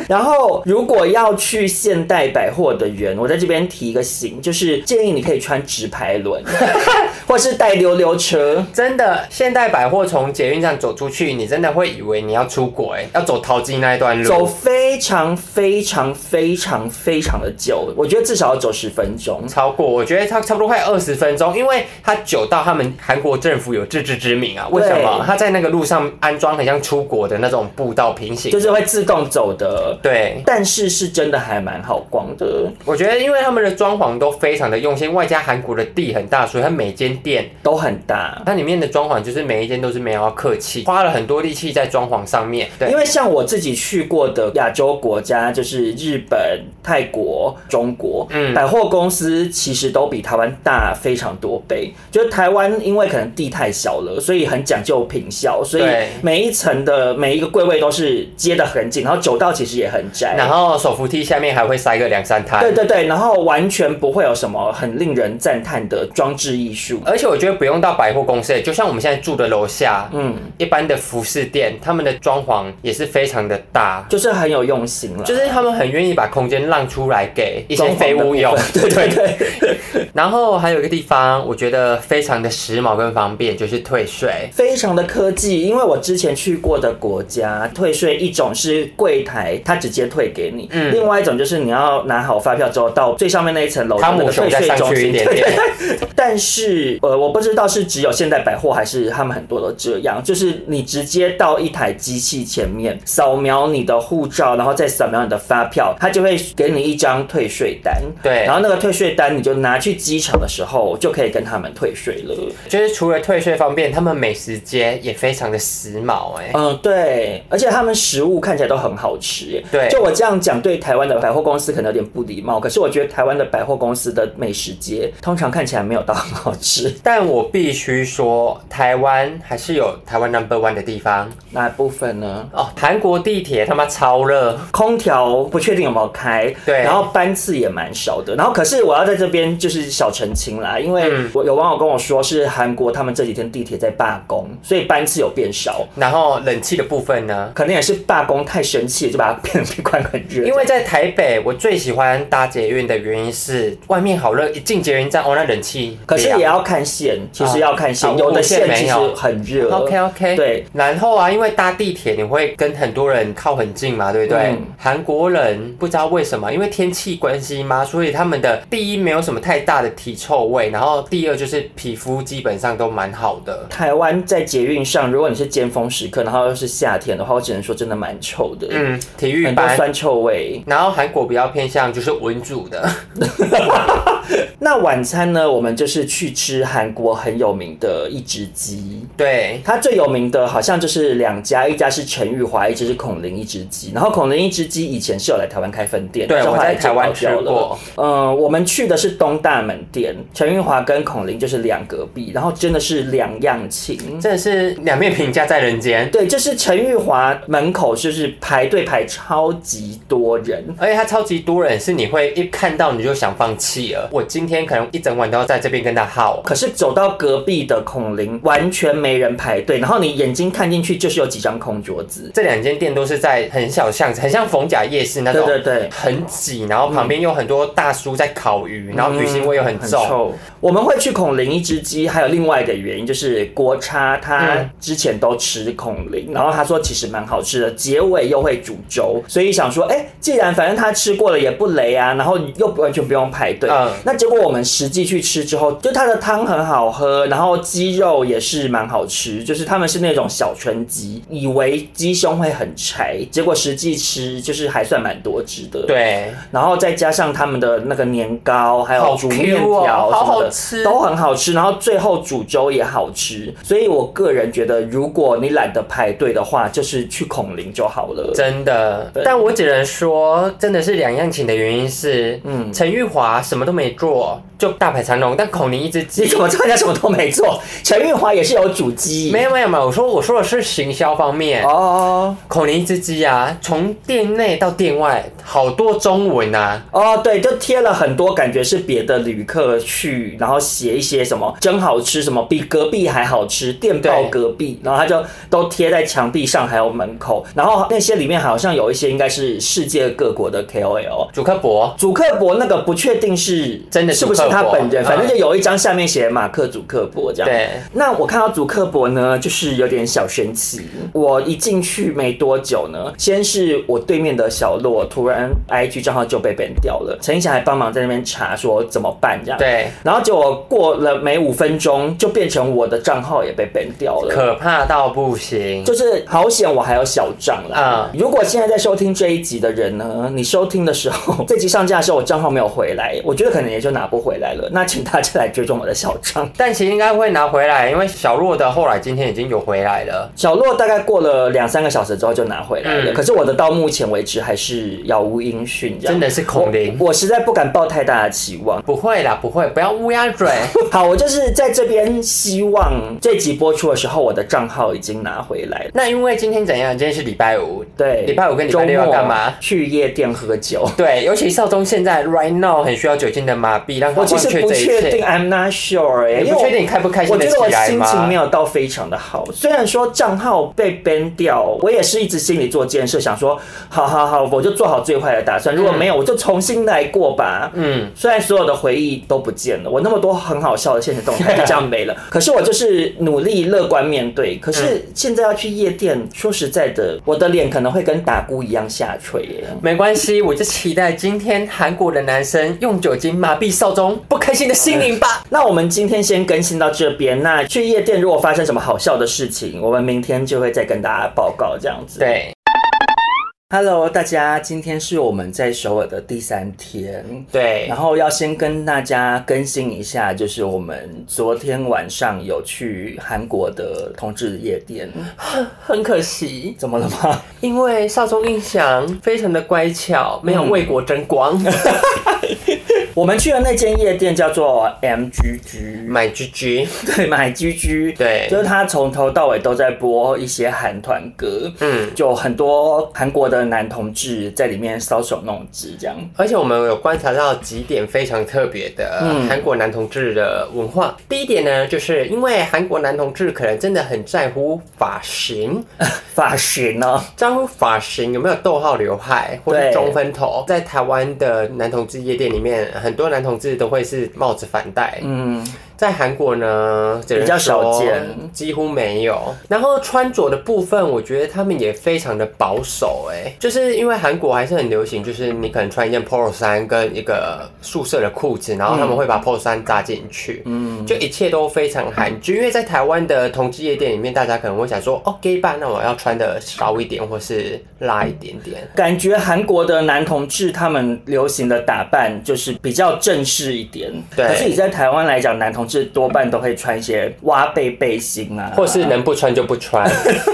[SPEAKER 2] 然后如果要去现代百货的人，我在这边提一个醒，就是建议你可以穿直排轮，或是带溜溜车。
[SPEAKER 3] 真的，现代百货从捷运站走出去，你真的会以为你要出国、哎，要走淘金那一段路。
[SPEAKER 2] 走非常非常非常非常的久，我觉得至少要走十分钟。
[SPEAKER 3] 超过，我觉得差差不多快二十分钟，因为它久到他们韩国政府有自知之明啊。为什么
[SPEAKER 2] 对？
[SPEAKER 3] 它在那个路上安装很像出国的那种步道平行。
[SPEAKER 2] 就是会自动走的，
[SPEAKER 3] 对，
[SPEAKER 2] 但是是真的还蛮好逛的，
[SPEAKER 3] 我觉得因为他们的装潢都非常的用心，外加韩国的地很大，所以它每间店
[SPEAKER 2] 都很大。
[SPEAKER 3] 它里面的装潢就是每一间都是没有要客气，花了很多力气在装潢上面。对，
[SPEAKER 2] 因为像我自己去过的亚洲国家，就是日本、泰国、中国，
[SPEAKER 3] 嗯
[SPEAKER 2] 百货公司其实都比台湾大非常多倍。就是台湾因为可能地太小了，所以很讲究品效，所以
[SPEAKER 3] 对
[SPEAKER 2] 每一层的每一个柜位都是接得很紧，然后走道其实也很窄，
[SPEAKER 3] 然后手扶梯下面还会塞个两三摊。
[SPEAKER 2] 对对对，然后完全不会有什么很令人赞叹的装置艺术。
[SPEAKER 3] 而且我觉得不用到百货公司，就像我们现在住的楼下，
[SPEAKER 2] 嗯，
[SPEAKER 3] 一般的服饰店，他们的装潢也是非常的大，
[SPEAKER 2] 就是很有用心了，
[SPEAKER 3] 就是他们很愿意把空间让出来给一些废物用
[SPEAKER 2] 装潢，的部分 对对对，
[SPEAKER 3] 然后还有一个地方，我觉得非常的时髦跟方便，就是退税。
[SPEAKER 2] 非常的科技。因为我之前去过的国家，退税一种是柜台他直接退给你，
[SPEAKER 3] 嗯
[SPEAKER 2] 另外一种就是你要拿好发票之后到最上面那一层楼
[SPEAKER 3] 汤
[SPEAKER 2] 上
[SPEAKER 3] 姆
[SPEAKER 2] 的
[SPEAKER 3] 熊
[SPEAKER 2] 退
[SPEAKER 3] 再
[SPEAKER 2] 税
[SPEAKER 3] 上
[SPEAKER 2] 中
[SPEAKER 3] 去
[SPEAKER 2] 心
[SPEAKER 3] 一。点点，
[SPEAKER 2] 但是呃，我不知道是只有现代百货还是他们很多都这样，就是你直接到一台机器前面扫描你的护照，然后再扫描你的发票，它就会给你一张退税单。
[SPEAKER 3] 对
[SPEAKER 2] 然后那个退税单你就拿去机场的时候就可以跟他们退税了。
[SPEAKER 3] 就是除了退税方便，他们美食街也非常的时髦哎、
[SPEAKER 2] 嗯，对，而且他们食物看起来都很好吃耶。
[SPEAKER 3] 对
[SPEAKER 2] 就我这样讲，对台湾的百货公司可能有点不礼貌，可是我觉得台湾的百货公司的美食街通常看起来没有到很好吃，
[SPEAKER 3] 但我必须说，台湾还是有台湾 number one 的地方
[SPEAKER 2] 哪部分呢？
[SPEAKER 3] 哦。韩国地铁他妈超热，
[SPEAKER 2] 空调高，不确定有没有开。
[SPEAKER 3] 对
[SPEAKER 2] 然后班次也蛮少的。然后可是我要在这边就是小澄清啦，因为
[SPEAKER 3] 嗯
[SPEAKER 2] 我有网友跟我说是韩国他们这几天地铁在罢工，所以班次有变少。
[SPEAKER 3] 然后冷气的部分呢？
[SPEAKER 2] 可能也是罢工太生气，就把它变得比快很热。
[SPEAKER 3] 因为在台北，我最喜欢搭捷运的原因是外面好热，一进捷运站哦，那冷气
[SPEAKER 2] 可是也
[SPEAKER 3] 凉
[SPEAKER 2] 要看线，其实要看线，
[SPEAKER 3] 啊
[SPEAKER 2] 有的线其
[SPEAKER 3] 没
[SPEAKER 2] 实
[SPEAKER 3] 有
[SPEAKER 2] 很热。
[SPEAKER 3] OK OK，
[SPEAKER 2] 对。
[SPEAKER 3] 然后啊，因为搭地铁你会跟很多人靠很近嘛，对不对？
[SPEAKER 2] 嗯
[SPEAKER 3] 韩国人不知道为什么，因为天气关系嘛，所以他们的第一没有什么太大的体臭味，然后第二就是皮肤基本上都蛮好的。
[SPEAKER 2] 台湾在捷运上，如果你是尖峰时刻，然后又是夏天的话，我只能说真的蛮臭的，
[SPEAKER 3] 嗯，体育
[SPEAKER 2] 很多
[SPEAKER 3] 班。
[SPEAKER 2] 酸臭味。
[SPEAKER 3] 然后韩国比较偏向就是文组的，
[SPEAKER 2] 那晚餐呢？我们就是去吃韩国很有名的一只鸡。
[SPEAKER 3] 对，
[SPEAKER 2] 它最有名的好像就是两家，一家是陈玉华，一家是孔林一只鸡。然后孔林一只鸡以前是有来台湾开分店，
[SPEAKER 3] 对
[SPEAKER 2] 但是
[SPEAKER 3] 我
[SPEAKER 2] 后来
[SPEAKER 3] 在台湾
[SPEAKER 2] 就倒
[SPEAKER 3] 吃
[SPEAKER 2] 掉
[SPEAKER 3] 过
[SPEAKER 2] 了。呃，我们去的是东大门店，陈玉华跟孔林就是两隔壁，然后真的是两样情。
[SPEAKER 3] 真的是两面评价在人间。
[SPEAKER 2] 对，就是陈玉华门口就是排队排超级多人，
[SPEAKER 3] 而且它超级多人，是你会一看到你就想放弃了。我今天可能一整晚都要在这边跟他耗。
[SPEAKER 2] 可是走到隔壁的孔林完全没人排队，然后你眼睛看进去就是有几张空桌子。
[SPEAKER 3] 这两间店都是在很小巷子，很像逢甲夜市那
[SPEAKER 2] 对
[SPEAKER 3] 种，
[SPEAKER 2] 对对，
[SPEAKER 3] 很挤，然后旁边有很多大叔在烤鱼，然后鱼腥味又嗯很
[SPEAKER 2] 嗯
[SPEAKER 3] 重。
[SPEAKER 2] 我们会去孔林一只鸡，还有另外一个原因就是国差他
[SPEAKER 3] 嗯
[SPEAKER 2] 之前都吃孔林，然后他说其实蛮好吃的，结尾又会煮粥，所以想说，哎、既然反正他吃过了也不雷啊，然后又完全不用排队。
[SPEAKER 3] 嗯
[SPEAKER 2] 那结果我们实际去吃之后，就它的汤很好喝，然后鸡肉也是蛮好吃，就是他们是那种小春鸡，以为鸡胸会很柴，结果实际吃就是还算蛮多汁的。。
[SPEAKER 3] 对，
[SPEAKER 2] 然后再加上他们的那个年糕，还有
[SPEAKER 3] 好
[SPEAKER 2] 煮面
[SPEAKER 3] Q 哦
[SPEAKER 2] 条什
[SPEAKER 3] 好
[SPEAKER 2] 么
[SPEAKER 3] 好
[SPEAKER 2] 的，
[SPEAKER 3] 吃
[SPEAKER 2] 都很好吃。然后最后煮粥也好吃，所以我个人觉得，如果你懒得排队的话，就是去孔林就好了。
[SPEAKER 3] 真的
[SPEAKER 2] 对。
[SPEAKER 3] 但我只能说，真的是两样情的原因是，嗯，陈玉华什么都没做，就大排长龙，但孔宁一只
[SPEAKER 2] 你
[SPEAKER 3] 鸡
[SPEAKER 2] 怎。么知道人家什么都没做？陈玉华也是有煮鸡，
[SPEAKER 3] 没有没有没有，我说我说的是行销方面，
[SPEAKER 2] 哦
[SPEAKER 3] 孔宁一只鸡啊，从店内到店外，好多中文啊，
[SPEAKER 2] 哦，对，就贴了很多，感觉是别的旅客去，然后写一些什么真好吃，什么比隔壁还好吃，电报
[SPEAKER 3] 对
[SPEAKER 2] 隔壁，然后他就都贴在墙壁上，还有门口，然后那些里面好像有一些应该是世界各国的 KOL。
[SPEAKER 3] 主客博。
[SPEAKER 2] 祖克伯那个不确定是
[SPEAKER 3] 真的
[SPEAKER 2] 是不是
[SPEAKER 3] 祖克
[SPEAKER 2] 他
[SPEAKER 3] 伯
[SPEAKER 2] 本人，
[SPEAKER 3] 嗯
[SPEAKER 2] 反正就有一张下面写马克祖克伯这样。
[SPEAKER 3] 对，
[SPEAKER 2] 那我看到祖克伯呢，就是有点小生气。我一进去没多久呢，先是我对面的小洛突然 IG 账号就被 ban 掉了，陈意翔还帮忙在那边查说怎么办这样。。
[SPEAKER 3] 对，
[SPEAKER 2] 然后结果过了没五分钟，就变成我的账号也被 ban 掉了。
[SPEAKER 3] 可怕到不行。
[SPEAKER 2] 就是好险，我还有小账
[SPEAKER 3] 啊
[SPEAKER 2] 啦。如果现在在收听这一集的人呢，你收听的时候， 这集上架的时候我账号没有回来，我觉得可能也就拿不回来了。那请大家来追踪我的小账。
[SPEAKER 3] 但其实应该会拿回来，因为小洛的后来今天已经有回来了。
[SPEAKER 2] 小洛大概过了两三个小时之后就拿回来了，
[SPEAKER 3] 嗯
[SPEAKER 2] 可是我的到目前为止还是杳无音讯，这样
[SPEAKER 3] 真的是孔林
[SPEAKER 2] 我我实在不敢抱太大的期望。
[SPEAKER 3] 不会啦，不会，不要乌鸦嘴。
[SPEAKER 2] 好，我就是在这边希望这集播出的时候，我的账号已经拿回来了。
[SPEAKER 3] 那因为今天怎样？今天是礼拜五，
[SPEAKER 2] 对，
[SPEAKER 3] 礼拜五跟礼拜六要
[SPEAKER 2] 周末
[SPEAKER 3] 干嘛？
[SPEAKER 2] 去夜店喝酒。
[SPEAKER 3] 对，尤其少中现在 right now 很需要酒精的麻痹，让他
[SPEAKER 2] 我
[SPEAKER 3] 忘
[SPEAKER 2] 其实
[SPEAKER 3] 却
[SPEAKER 2] 不
[SPEAKER 3] 这一
[SPEAKER 2] 确定
[SPEAKER 3] 切。
[SPEAKER 2] ，I'm not sure 哎、欸，
[SPEAKER 3] 你
[SPEAKER 2] 因为
[SPEAKER 3] 不
[SPEAKER 2] 我
[SPEAKER 3] 确定你开不开心
[SPEAKER 2] 我
[SPEAKER 3] 得
[SPEAKER 2] 觉
[SPEAKER 3] 起
[SPEAKER 2] 得我
[SPEAKER 3] 来
[SPEAKER 2] 心情
[SPEAKER 3] 吗
[SPEAKER 2] 没？有到非常的好，虽然说账号被 ban 掉，我也是一直心里做建设，想说，好好好，我就做好最坏的打算，如果没有，我就重新来过吧。
[SPEAKER 3] 嗯，
[SPEAKER 2] 虽然所有的回忆都不见了，我那么多很好笑的现实动态就这样没 了，可是我就是努力乐观面对。可
[SPEAKER 3] 嗯
[SPEAKER 2] 是现在要去夜店，说实在的，我的脸可能会跟打鼓一样下垂哎耶。
[SPEAKER 3] 没关系，我就期待今天韩国的男生用酒精麻痹少中不开心的心灵吧。
[SPEAKER 2] 那我们今天先更新到这边。那去夜店如果发生什么好笑的事情，我们明天就会再跟大家报告这样子。
[SPEAKER 3] 对
[SPEAKER 2] ，Hello，大家，今天是我们在首尔的第三天。
[SPEAKER 3] 对
[SPEAKER 2] 然，后要先跟大家更新一下，就是我们昨天晚上有去韩国的同志夜店，
[SPEAKER 3] 很可惜，
[SPEAKER 2] 怎么了吗？
[SPEAKER 3] 因嗯为少中印象非常的乖巧，没有为国争光。
[SPEAKER 2] 我们去的那间夜店叫做 MGG，
[SPEAKER 3] 买 GG，
[SPEAKER 2] 对，买 GG，
[SPEAKER 3] 对
[SPEAKER 2] 就是他从头到尾都在播一些韩团歌，
[SPEAKER 3] 嗯，
[SPEAKER 2] 就很多韩国的男同志在里面搔首弄姿这样。
[SPEAKER 3] 而且我们有观察到几点非常特别的
[SPEAKER 2] 嗯
[SPEAKER 3] 韩国男同志的文化。第一点呢，就是因为韩国男同志可能真的很在乎发 型，
[SPEAKER 2] 发型呢？
[SPEAKER 3] 在乎发型有没有逗号刘海或
[SPEAKER 2] 对
[SPEAKER 3] 是中分头。在台湾的男同志夜店里面，很多男同志都会是帽子反戴，
[SPEAKER 2] 嗯，
[SPEAKER 3] 在韩国呢只能
[SPEAKER 2] 比较少
[SPEAKER 3] 说
[SPEAKER 2] 见
[SPEAKER 3] 几乎没有。然后穿着的部分，我觉得他们也非常的保守、哎，就是因为韩国还是很流行，就是你可能穿一件 polo 衫跟一个素色的裤子，然后他们会
[SPEAKER 2] 嗯
[SPEAKER 3] 把 polo 衫搭进去，嗯，就一切都非常韩剧。因为在台湾的同志夜店里面，大家可能会想说，哦，gay 吧，那我要穿的少一点，或是辣一点点。
[SPEAKER 2] 感觉韩国的男同志他们流行的打扮就是比较正式一点，
[SPEAKER 3] 对
[SPEAKER 2] 可是你在台湾来讲，男同志多半都会穿一些挖背背心啊，
[SPEAKER 3] 或是能不穿就不穿。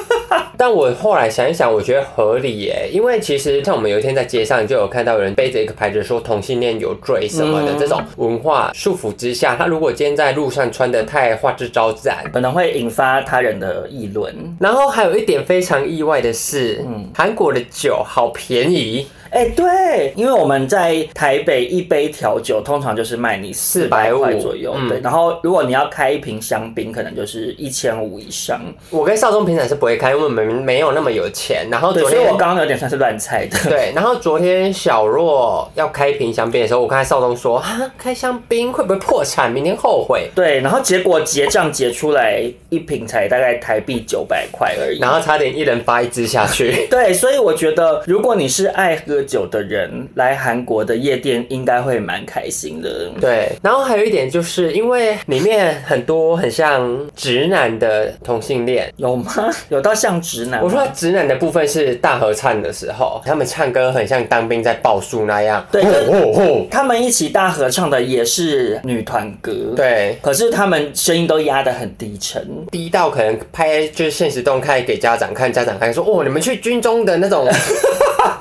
[SPEAKER 3] 但我后来想一想，我觉得合理耶，因为其实像我们有一天在街上就有看到有人背着一个牌子说同性恋有罪什么
[SPEAKER 2] 嗯
[SPEAKER 3] 的、这种文化束缚之下，他如果今天在路上穿的太花枝招展。
[SPEAKER 2] 可能会引发他人的议论。
[SPEAKER 3] 然后还有一点非常意外的是，
[SPEAKER 2] 嗯
[SPEAKER 3] 韩国的酒好便宜，
[SPEAKER 2] 哎、对，因为我们在台北一杯调酒通常就是卖你四百块
[SPEAKER 3] 450
[SPEAKER 2] 左右，
[SPEAKER 3] 嗯
[SPEAKER 2] 对。然后如果你要开一瓶香槟，可能就是一千五以上。
[SPEAKER 3] 我跟少宗平常是不会开，因为我们没有那么有钱。然后
[SPEAKER 2] 对，
[SPEAKER 3] 昨
[SPEAKER 2] 所以
[SPEAKER 3] 天
[SPEAKER 2] 我刚刚有点算是乱猜的。
[SPEAKER 3] 对，然后昨天小若要开一瓶香槟的时候，我看少宗说，哈，开香槟会不会破产？明天后悔。
[SPEAKER 2] 对，然后结果结账结出来一瓶才大概台币九百块而已。
[SPEAKER 3] 然后差点一人发一支下去。
[SPEAKER 2] 对，所以我觉得如果你是爱喝酒的人，来韩国的夜店应该会蛮开心的。
[SPEAKER 3] 对，然后还有一点就是因为里面很多很像直男的同性恋。
[SPEAKER 2] 有吗？有到像直男吗？
[SPEAKER 3] 我说直男的部分是大合唱的时候，他们唱歌很像当兵在报数那样。哦
[SPEAKER 2] 对
[SPEAKER 3] 吼吼吼
[SPEAKER 2] 他们一起大合唱的也是女团歌，，
[SPEAKER 3] 对，
[SPEAKER 2] 可是他们声音都压得很低沉。
[SPEAKER 3] 低到可能拍就是现实动态给家长看，家长看说哦，你们去军中的 那种，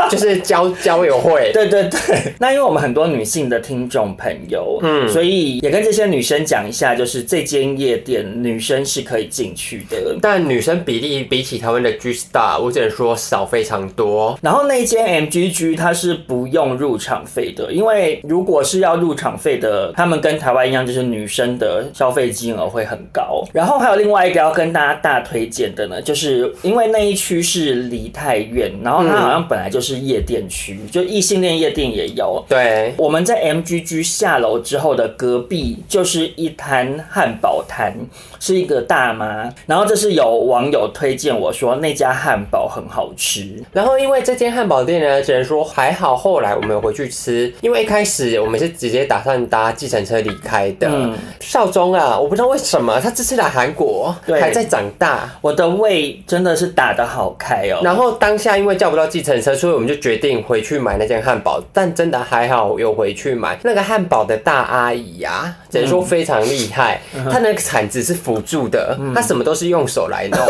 [SPEAKER 3] 就是交交友会。
[SPEAKER 2] 对对对，那因为我们很多女性的听众朋友，嗯，所以也跟这些女生讲一下，就是这间夜店女生是可以进去的。
[SPEAKER 3] 但女生比例比起台湾的 G Star，我只能说少非常多。
[SPEAKER 2] 然后那一间 MGG 它是不用入场费的，因为如果是要入场费的，他们跟台湾一样，就是女生的消费金额会很高。然后还有另外一个要跟大家大推荐的呢，就是因为那一区是梨泰院，然后它好像本来就是夜店区，就异性恋夜店也有。
[SPEAKER 3] 对，
[SPEAKER 2] 我们在 MGG 下楼之后的隔壁就是一摊汉堡摊，是一个大妈。然后这是有网友推荐我说那家汉堡很好吃，
[SPEAKER 3] 然后因为这间汉堡店呢，只能说还好，后来我们有回去吃，因为一开始我们是直接打算搭计程车离开的。
[SPEAKER 2] 嗯
[SPEAKER 3] 少宗啊，我不知道为什么他这次来韩国
[SPEAKER 2] 对
[SPEAKER 3] 还在长大。
[SPEAKER 2] 我的胃真的是打得好开哦。
[SPEAKER 3] 然后当下因为叫不到计程车，所以我们就决定回去买那间汉堡。但真的还好有回去买那个汉堡的大阿姨啊，只能说非常厉害。
[SPEAKER 2] 嗯
[SPEAKER 3] 她那个铲子是辅助的，她什么都是用手来弄，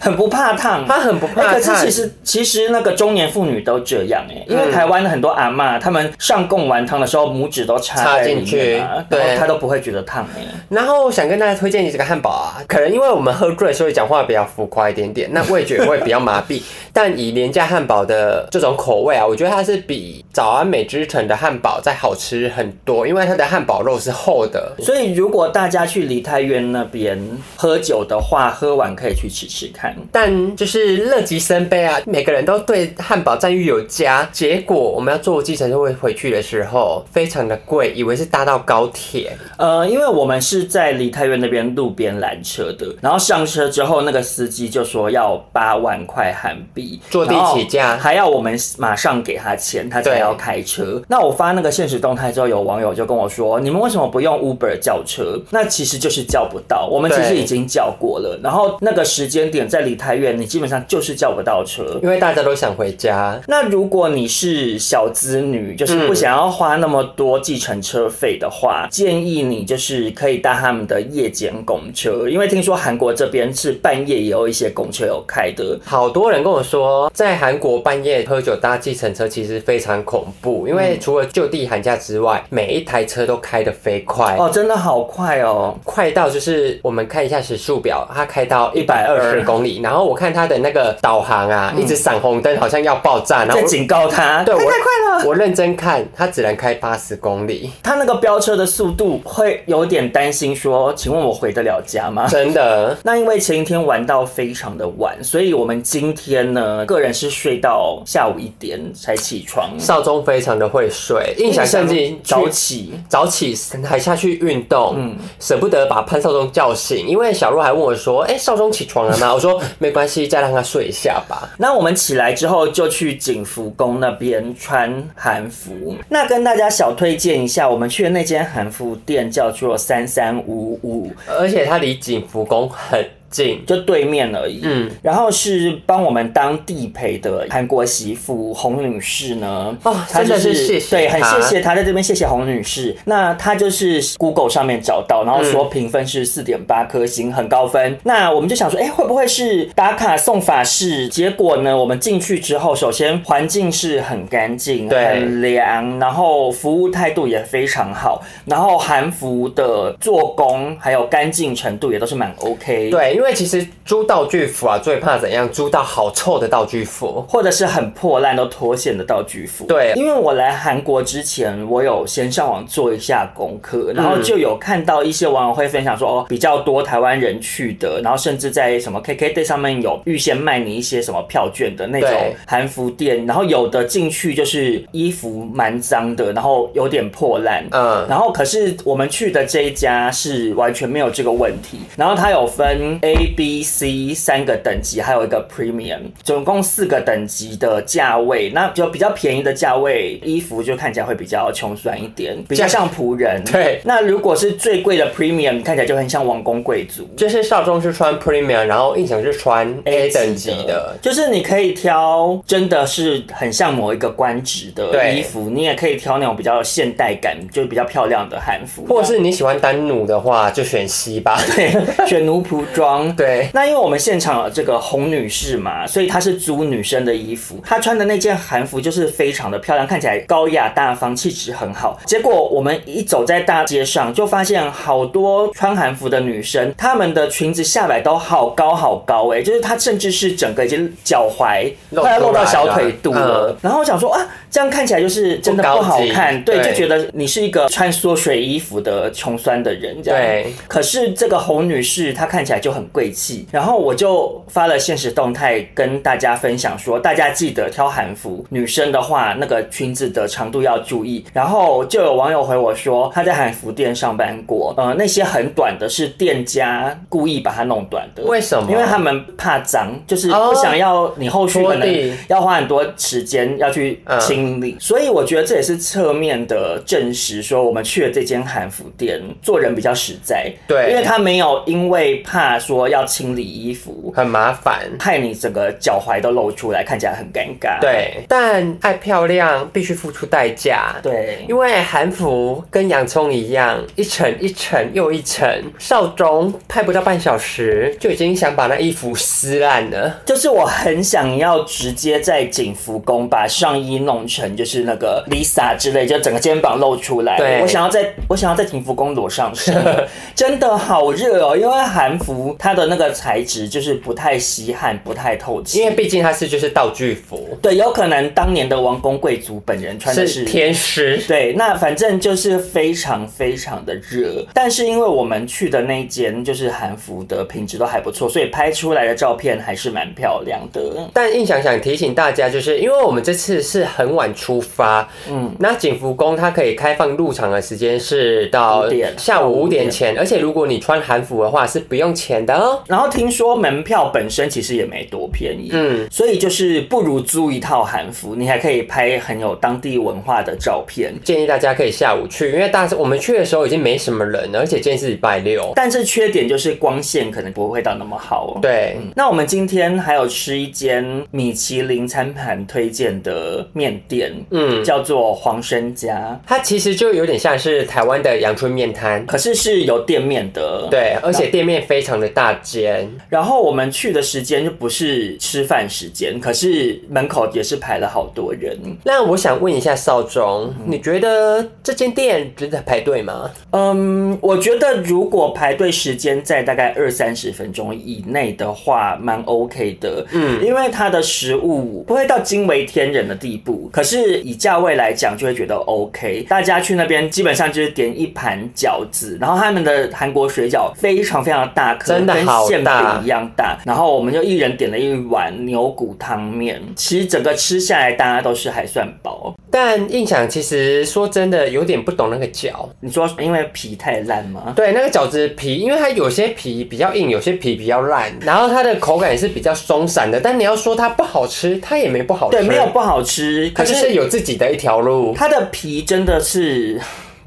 [SPEAKER 2] 很不怕烫，
[SPEAKER 3] 她很不怕
[SPEAKER 2] 哎
[SPEAKER 3] 烫。嗯
[SPEAKER 2] 可是其实其实那个中年妇女都这样哎、因为台湾很多阿嬷，她们上贡丸汤的时候拇指都插在里面啊
[SPEAKER 3] 插进去
[SPEAKER 2] 然后
[SPEAKER 3] 对
[SPEAKER 2] 她都不会觉得烫哎、
[SPEAKER 3] 然后想跟大家推荐这个汉堡啊，可能因为我们喝醉，所以讲话比较浮夸一点点， 那味觉也会比较麻痹。但以廉价汉堡的这种口味啊，我觉得它是比早安美之城的汉堡再好吃很多，因为它的汉堡肉是厚的。
[SPEAKER 2] 所以如果大家去梨泰院那边喝酒的话，喝完可以去吃吃看。
[SPEAKER 3] 但就是乐极生悲啊，每个人都对汉堡赞誉有加。结果我们要坐计程车回回去的时候，非常的贵，以为是搭到高铁，
[SPEAKER 2] 呃，因为我们是在梨泰院那边路边拦车的，然后上车之后，那个司机就说要八万块韩币，
[SPEAKER 3] 坐地起价
[SPEAKER 2] 然后还要我们马上给他钱，他才
[SPEAKER 3] 对
[SPEAKER 2] 要开车。那我发那个现实动态之后，有网友就跟我说，你们为什么不用 Uber 叫车？那其实就是叫不到，我们其实
[SPEAKER 3] 对
[SPEAKER 2] 已经叫过了，然后那个时间点在在离太远，你基本上就是叫不到车。
[SPEAKER 3] 因为大家都想回家。
[SPEAKER 2] 那如果你是小资女，
[SPEAKER 3] 嗯
[SPEAKER 2] 就是不想要花那么多计程车费的话，建议你就是可以搭他们的夜间公车，因为听说韩国这边是半夜也有一些公车有开的。
[SPEAKER 3] 好多人跟我说，在韩国半夜喝酒搭计程车其实非常恐怖，因为除了就地喊价之外，每一台车都开得飞快，
[SPEAKER 2] 哦，真的好快哦！
[SPEAKER 3] 快到就是我们看一下时速表，它开到一百二十
[SPEAKER 2] 120
[SPEAKER 3] 公里，然后我看它的那个导航啊，一直闪红灯，好像要爆炸，然后
[SPEAKER 2] 在
[SPEAKER 3] 我
[SPEAKER 2] 警告他，
[SPEAKER 3] 对
[SPEAKER 2] 开
[SPEAKER 3] 我
[SPEAKER 2] 太快了。
[SPEAKER 3] 我认真看，它只能开八十公里，
[SPEAKER 2] 他那个飙车的速度会有点担心，说，请问我回得了家 吗？
[SPEAKER 3] 真的。
[SPEAKER 2] 那因为前一天玩到非常的晚，所以我们今天呢，个人是睡到下午一点才起床。
[SPEAKER 3] 少中非常的会睡，印象甚至
[SPEAKER 2] 早
[SPEAKER 3] 去
[SPEAKER 2] 起，
[SPEAKER 3] 早起还下去运动，
[SPEAKER 2] 嗯
[SPEAKER 3] 舍不得把潘少忠叫醒，因为小鹿还问我说：“哎、少忠起床了吗？” 我说：“没关系，再让他睡一下吧。
[SPEAKER 2] 那我们起来之后就去景福宫那边穿韩服。那跟大家小推荐一下，我们去的那间韩服店叫做三三五五，”
[SPEAKER 3] 而且他离景福宫很近，
[SPEAKER 2] 就对面而已。
[SPEAKER 3] 嗯，
[SPEAKER 2] 然后是帮我们当地陪的韩国媳妇洪女士呢，
[SPEAKER 3] 哦
[SPEAKER 2] 她就
[SPEAKER 3] 真的是谢谢
[SPEAKER 2] 对，很
[SPEAKER 3] 她
[SPEAKER 2] 谢谢她在这边谢谢洪女士。那她就是 Google 上面找到，然后
[SPEAKER 3] 嗯
[SPEAKER 2] 说评分是四点八颗星，很高分。那我们就想说，哎，会不会是打卡送法式？结果呢，我们进去之后，首先环境是很干净，
[SPEAKER 3] 对
[SPEAKER 2] 很凉，然后服务态度也非常好，然后韩服的做工还有干净程度也都是蛮 OK。。
[SPEAKER 3] 对，因为其实租道具服啊，最怕怎样？租到好臭的道具服，
[SPEAKER 2] 或者是很破烂都脱线的道具服。
[SPEAKER 3] 对
[SPEAKER 2] 因为我来韩国之前，我有先上网做一下功课，然后就有看到一些网友会分享说，哦，比较多台湾人去的，然后甚至在什么 KKday 上面有预先卖你一些什么票券的那种
[SPEAKER 3] 对
[SPEAKER 2] 韩服店，然后有的进去就是衣服蛮脏的，然后有点破烂，
[SPEAKER 3] 嗯，
[SPEAKER 2] 然后可是我们去的这一家是完全没有这个问题，然后它有分 A、B、C 三个等级，还有一个 Premium，总共四个等级的价位。那就比较便宜的价位，衣服就看起来会比较穷酸一点，比较像仆人。
[SPEAKER 3] 对
[SPEAKER 2] 那如果是最贵的 Premium，看起来就很像王公贵族。
[SPEAKER 3] 就是少中是穿 premium，然后印象是穿 A 等级的，
[SPEAKER 2] 就是你可以挑真的是很像某一个官职的
[SPEAKER 3] 对
[SPEAKER 2] 衣服，你也可以挑那种比较现代感，就是比较漂亮的韩服，
[SPEAKER 3] 或者是你喜欢丹奴的话，就选 C 吧。
[SPEAKER 2] 对选奴仆装。
[SPEAKER 3] 对，
[SPEAKER 2] 那因为我们现场有这个洪女士嘛，所以她是租女生的衣服，她穿的那件韩服就是非常的漂亮，看起来高雅大方，气质很好。结果我们一走在大街上，就发现好多穿韩服的女生，她们的裙子下摆都好高好高、欸，哎，就是她甚至是整个已经脚踝
[SPEAKER 3] 露
[SPEAKER 2] 快要露到
[SPEAKER 3] 出来
[SPEAKER 2] 小
[SPEAKER 3] 了
[SPEAKER 2] 腿肚了。
[SPEAKER 3] 嗯
[SPEAKER 2] 然后我想说啊，这样看起来就是真的
[SPEAKER 3] 不高
[SPEAKER 2] 不好
[SPEAKER 3] 级
[SPEAKER 2] 看，对，
[SPEAKER 3] 对
[SPEAKER 2] 就觉得你是一个穿缩水衣服的穷酸的人这样。
[SPEAKER 3] 对
[SPEAKER 2] 可是这个洪女士她看起来就很贵气，然后我就发了现实动态跟大家分享说，大家记得挑韩服，女生的话那个裙子的长度要注意。然后就有网友回我说，她在韩服店上班过，呃，那些很短的是店家故意把它弄短的，
[SPEAKER 3] 为什么
[SPEAKER 2] 因为他们怕脏，就是
[SPEAKER 3] 哦
[SPEAKER 2] 不想要你后续可
[SPEAKER 3] 拖地
[SPEAKER 2] 能要花很多时间要去
[SPEAKER 3] 嗯
[SPEAKER 2] 清理，所以我觉得这也是侧面的证实，说我们去了这间韩服店做人比较实在，
[SPEAKER 3] 对
[SPEAKER 2] 因为他没有因为怕说要清理衣服，
[SPEAKER 3] 很麻烦。
[SPEAKER 2] 害你整个脚踝都露出来，看起来很尴尬。
[SPEAKER 3] 对，但爱漂亮必须付出代价。。
[SPEAKER 2] 对，
[SPEAKER 3] 因为韩服跟洋葱一样，一层一层又一层，少中拍不到半小时就已经想把那衣服撕烂了。
[SPEAKER 2] 就是我很想要直接在景福宫把上衣弄成就是那个 Lisa 之类，就整个肩膀露出来。
[SPEAKER 3] 对
[SPEAKER 2] 我想要在我想要在景福宫裸上 身，真的好热哦！因为韩服它的那个材质就是不太吸汗，不太透气。
[SPEAKER 3] 因为毕竟它是就是道具服，
[SPEAKER 2] 对，有可能当年的王公贵族本人穿的是
[SPEAKER 3] 是天使。
[SPEAKER 2] 对，那反正就是非常非常的热，但是因为我们去的那间就是韩服的品质都还不错，所以拍出来的照片还是蛮漂亮的。
[SPEAKER 3] 但印象想提醒大家，就是因为我们这次是很晚出发，嗯，那景福宫它可以开放入场的时间是到
[SPEAKER 2] 5点
[SPEAKER 3] 下午五
[SPEAKER 2] 5
[SPEAKER 3] 点
[SPEAKER 2] 点
[SPEAKER 3] 前，而且如果你穿韩服的话是不用钱的哦。
[SPEAKER 2] 然后听说门票本身其实也没多便宜，
[SPEAKER 3] 嗯，
[SPEAKER 2] 所以就是不如租一套韩服，你还可以拍很有当地文化的照片。
[SPEAKER 3] 建议大家可以下午去，因为大我们去的时候已经没什么人了，而且今天是礼拜六。
[SPEAKER 2] 但是缺点就是光线可能不会到那么好哦。
[SPEAKER 3] 对，
[SPEAKER 2] 那我们今天还有吃一间米其林餐盘推荐的面店，
[SPEAKER 3] 嗯，
[SPEAKER 2] 叫做黄生家，
[SPEAKER 3] 它其实就有点像是台湾的阳春面摊，
[SPEAKER 2] 可是是有店面的。，
[SPEAKER 3] 对，而且店面非常的大间，
[SPEAKER 2] 然后我们去的时间就不是吃饭时间，可是门口也是排了好多人。
[SPEAKER 3] 那我想问一下少总，你觉得这间店值得排队吗？
[SPEAKER 2] 嗯，我觉得如果排队时间在大概二三十分钟以内的话，蛮 OK 的。嗯，因为它的食物不会到惊为天人的地步，可是以价位来讲，就会觉得 OK。大家去那边基本上就是点一盘饺子，然后他们的韩国水饺非常非常的大颗，
[SPEAKER 3] 真的
[SPEAKER 2] 跟
[SPEAKER 3] 好
[SPEAKER 2] 馅
[SPEAKER 3] 大
[SPEAKER 2] 饼一样大。然后我们就一人点了一碗牛骨汤面，其实整个吃下来，大家都是还算饱。
[SPEAKER 3] 但印象其实说真的有点不懂那个饺，
[SPEAKER 2] 你说因为皮太烂吗？
[SPEAKER 3] 对，那个饺子皮，因为它有些皮比较硬，有些皮比较烂，然后它的口感也是比较松散的。但你要说它不好吃，它也没不好吃，
[SPEAKER 2] 对，没有，不好吃，
[SPEAKER 3] 它
[SPEAKER 2] 可
[SPEAKER 3] 就是是有自己的一条路。
[SPEAKER 2] 它的皮真的是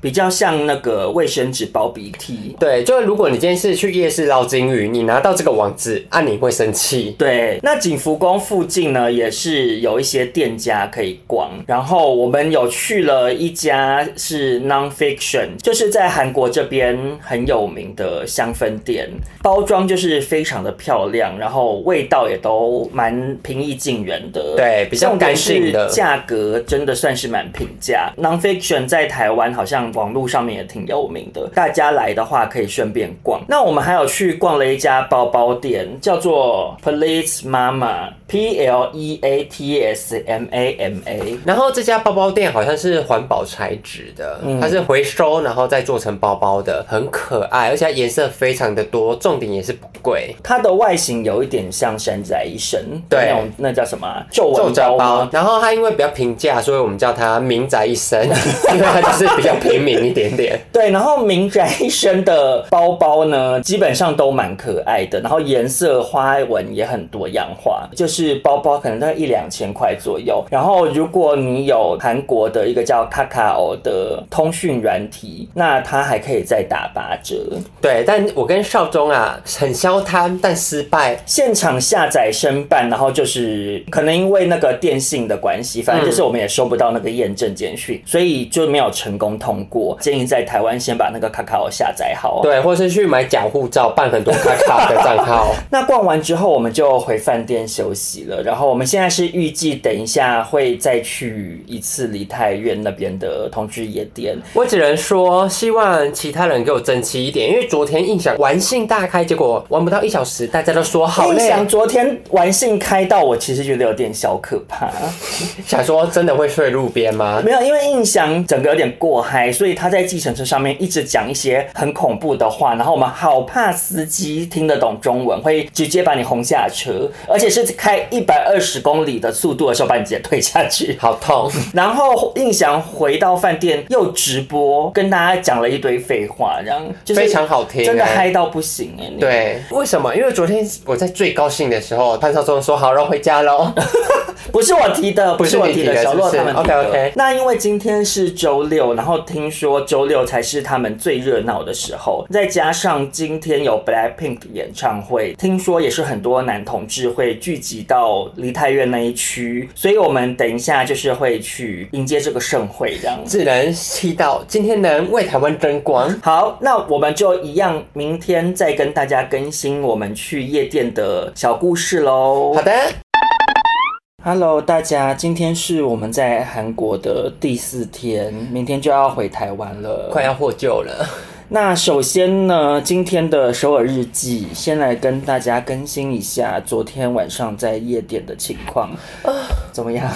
[SPEAKER 2] 比较像那个卫生纸包鼻涕。
[SPEAKER 3] 对，就是如果你今天是去夜市捞金鱼，你拿到这个网址，啊，你会生气。
[SPEAKER 2] 对，那景福宫附近呢，也是有一些店家可以逛。然后我们有去了一家是 Nonfiction，就是在韩国这边很有名的香氛店，包装就是非常的漂亮，然后味道也都蛮平易近人的。
[SPEAKER 3] 对比较
[SPEAKER 2] 重点是
[SPEAKER 3] 干净的
[SPEAKER 2] 价格真的算是蛮平价。Nonfiction 在台湾好像网络上面也挺有名的，大家来的话可以顺便逛。那我们还有去逛了一家包包店，叫做 Police Mama P L E A T S M A M A。
[SPEAKER 3] 然后这家包包店好像是环保材质的，
[SPEAKER 2] 嗯
[SPEAKER 3] 它是回收然后再做成包包的，很可爱，而且它颜色非常的多，重点也是不贵。
[SPEAKER 2] 它的外形有一点像山宅医生，
[SPEAKER 3] 对
[SPEAKER 2] 那种那叫什么啊皱
[SPEAKER 3] 皱
[SPEAKER 2] 纹
[SPEAKER 3] 褶
[SPEAKER 2] 包
[SPEAKER 3] 包
[SPEAKER 2] 吗，？
[SPEAKER 3] 然后它因为比较平价，所以我们叫它民宅一生，因为它就是比较平民一 点点。
[SPEAKER 2] 对，然后民宅医生的包包呢，基本上都蛮可爱的，然后颜色花纹也很多样化，就是包包可能大概一两千块左右。然后如果你有韩国的一个叫 Kakao 的通讯软体，那它还可以再打八折。
[SPEAKER 3] 对，但我跟少宗啊很消摊，但失败。
[SPEAKER 2] 现场下载申办，然后就是可能因为那个电信的关系，反正就是我们也收不到那个验证简讯，所以就没有成功通过。建议在台湾先把那个 Kakao 下载好。
[SPEAKER 3] 对，或是去买假护照，办很多卡卡的账 号。
[SPEAKER 2] 那逛完之后，我们就回饭店休息了。然后我们现在是预计等一下会再去一次梨泰院那边的同志夜店。
[SPEAKER 3] 我只能说，希望其他人给我争气一点，因为昨天印象玩性大开，结果玩不到一小时，大家都说好
[SPEAKER 2] 印
[SPEAKER 3] 累，
[SPEAKER 2] 象昨天玩性开到我其实觉得有点小可 怕，
[SPEAKER 3] 想说真的会睡路边吗？
[SPEAKER 2] 没有，因为印象整个有点过嗨，所以他在计程车上面一直讲一些很恐怖的话，然后我们好怕司机听得懂中文，会直接把你轰下车，而且是开一百二十公里的速度的时候把你直接推下去。
[SPEAKER 3] 好痛！
[SPEAKER 2] 然后印翔回到饭店又直播，跟大家讲了一堆废话，然后就是
[SPEAKER 3] 非常好听欸
[SPEAKER 2] 真的嗨到不行哎、你，
[SPEAKER 3] 对，为什么？因为昨天我在最高兴的时候，潘少忠说好让回家喽。
[SPEAKER 2] 不是我提的，不
[SPEAKER 3] 不是
[SPEAKER 2] 是我
[SPEAKER 3] 你
[SPEAKER 2] 提
[SPEAKER 3] 提的
[SPEAKER 2] 的，小洛
[SPEAKER 3] 是
[SPEAKER 2] 他
[SPEAKER 3] 不是
[SPEAKER 2] 们提的。
[SPEAKER 3] OK，OK
[SPEAKER 2] 那因为今天是周六，然后听说周六才是他们最热闹的时候，再加上今天有 Blackpink 演唱会，听说也是很多男同志会聚集到梨泰院那一区，所以我们等一下就是会去迎接这个盛会这样子。
[SPEAKER 3] 只能祈祷今天能为台湾争光。
[SPEAKER 2] 好，那我们就一样，明天再跟大家更新我们去夜店的小故事喽
[SPEAKER 3] 好。的，
[SPEAKER 2] Hello，大家，今天是我们在韩国的第四天，明天就要回台湾了。
[SPEAKER 3] 快要获救了。
[SPEAKER 2] 那首先呢，今天的首尔日记，先来跟大家啊更新一下昨天晚上在夜店的情况，怎么样？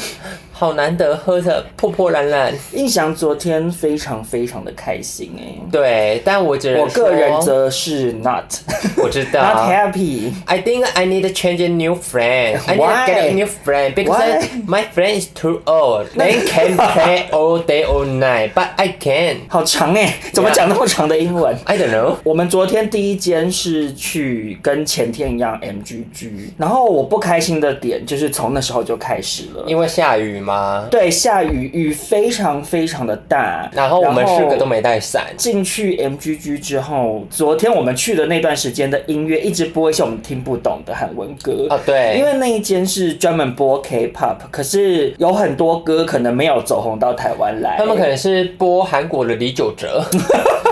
[SPEAKER 3] 好难得喝的破破烂烂。
[SPEAKER 2] 印象昨天非常非常的开心哎、
[SPEAKER 3] 对，但我只能
[SPEAKER 2] 我个人
[SPEAKER 3] 说
[SPEAKER 2] 则是哦啊 not
[SPEAKER 3] 我知
[SPEAKER 2] not
[SPEAKER 3] 道。
[SPEAKER 2] happy。
[SPEAKER 3] I think I need to change a new friend. I need
[SPEAKER 2] Why?
[SPEAKER 3] to get a new friend because
[SPEAKER 2] Why?
[SPEAKER 3] my friend is too old. They can play all day all night, but I can't.
[SPEAKER 2] 好长哎、怎么讲那么长的英文
[SPEAKER 3] I don't know.
[SPEAKER 2] 我们昨天第一间是去跟前天一样 MGG，然后我不开心的点就是从那时候就开始了，
[SPEAKER 3] 因为下雨嘛，
[SPEAKER 2] 对，下雨，雨非常非常的大，
[SPEAKER 3] 然后我们四个都没带伞。
[SPEAKER 2] 进去 MGG 之后，昨天我们去的那段时间的音乐一直播一些我们听不懂的韩文歌
[SPEAKER 3] 哦对
[SPEAKER 2] 因为那一间是专门播 K-pop，可是有很多歌可能没有走红到台湾来，
[SPEAKER 3] 他们可能是播韩国的李玖 哲，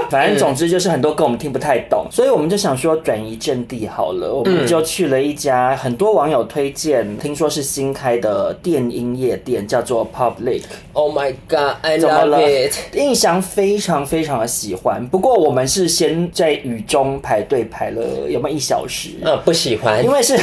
[SPEAKER 2] 反正总之就是很多歌我们听不太懂，所以我们就想说转移阵地好了，我们就去了一家很多网友推荐，听说是新开的电音夜店，叫做 Public。
[SPEAKER 3] Oh my god, I
[SPEAKER 2] 怎么
[SPEAKER 3] love
[SPEAKER 2] 了
[SPEAKER 3] it！？
[SPEAKER 2] 印象非常非常的喜欢，不过我们是先在雨中排队排了有没有一小时？
[SPEAKER 3] 嗯，不喜欢
[SPEAKER 2] 因。为是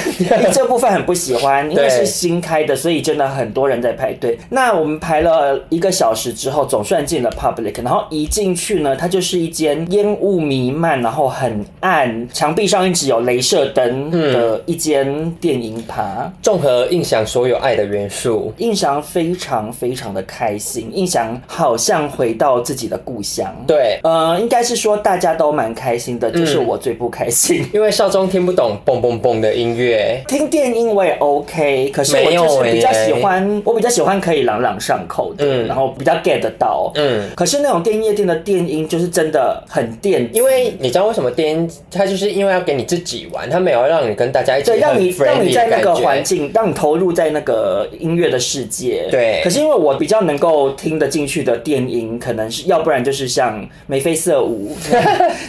[SPEAKER 2] 这部分很不喜欢，因为是新开的，所以真的很多人在排队。那我们排了一个小时之后，总算进了 public，然后一进去呢，它就是一间烟雾弥漫，然后很暗，墙壁上一直有镭射灯的一间电影趴。
[SPEAKER 3] 综合印象所有爱的元素，
[SPEAKER 2] 印象非常非常的开心，印象好像回到自己的故乡。
[SPEAKER 3] 对，
[SPEAKER 2] 呃，应该是说大家都蛮开心的，就是我最不开心。
[SPEAKER 3] 因为少中听不懂蹦蹦蹦的音乐，
[SPEAKER 2] 听电音我也 OK，可是我
[SPEAKER 3] 没有
[SPEAKER 2] 就是比较
[SPEAKER 3] 欸
[SPEAKER 2] 喜欢，我比较喜欢可以朗朗上口的，
[SPEAKER 3] 嗯
[SPEAKER 2] 然后比较 get 得到。
[SPEAKER 3] 嗯。
[SPEAKER 2] 可是那种电音夜店的电音就是真的很电，
[SPEAKER 3] 因为你知道为什么电音，它就是因为要给你自己玩，它没有让你跟大家一起
[SPEAKER 2] 对，
[SPEAKER 3] 很
[SPEAKER 2] 让你让
[SPEAKER 3] friendly
[SPEAKER 2] 你
[SPEAKER 3] 的
[SPEAKER 2] 在那个
[SPEAKER 3] 感觉
[SPEAKER 2] 环境，让你投入在那个音乐的世界。
[SPEAKER 3] 对
[SPEAKER 2] 可是因为我比较能够听得进去的电音，可能是要不然就是像眉飞色 舞，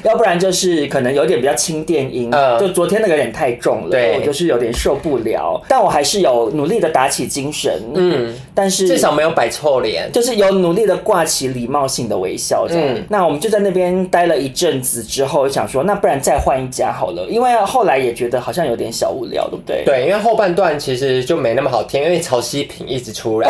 [SPEAKER 2] 要不然就是可能有点比较轻电音。
[SPEAKER 3] 嗯
[SPEAKER 2] 就昨天那个人太重了，
[SPEAKER 3] 对
[SPEAKER 2] 我就是有点受不了。但我还是有努力的打起精神，
[SPEAKER 3] 嗯，
[SPEAKER 2] 但是
[SPEAKER 3] 至少没有摆臭脸。
[SPEAKER 2] 就是有努力的挂起礼貌性的微笑这样。
[SPEAKER 3] 嗯
[SPEAKER 2] 那我们就在那边待了一阵子之后，想说那不然再换一家好了，因为后来也觉得好像有点小无聊，对不对？。
[SPEAKER 3] 对，因为后半段其实就没那么好听，因为曹希平一直出 来。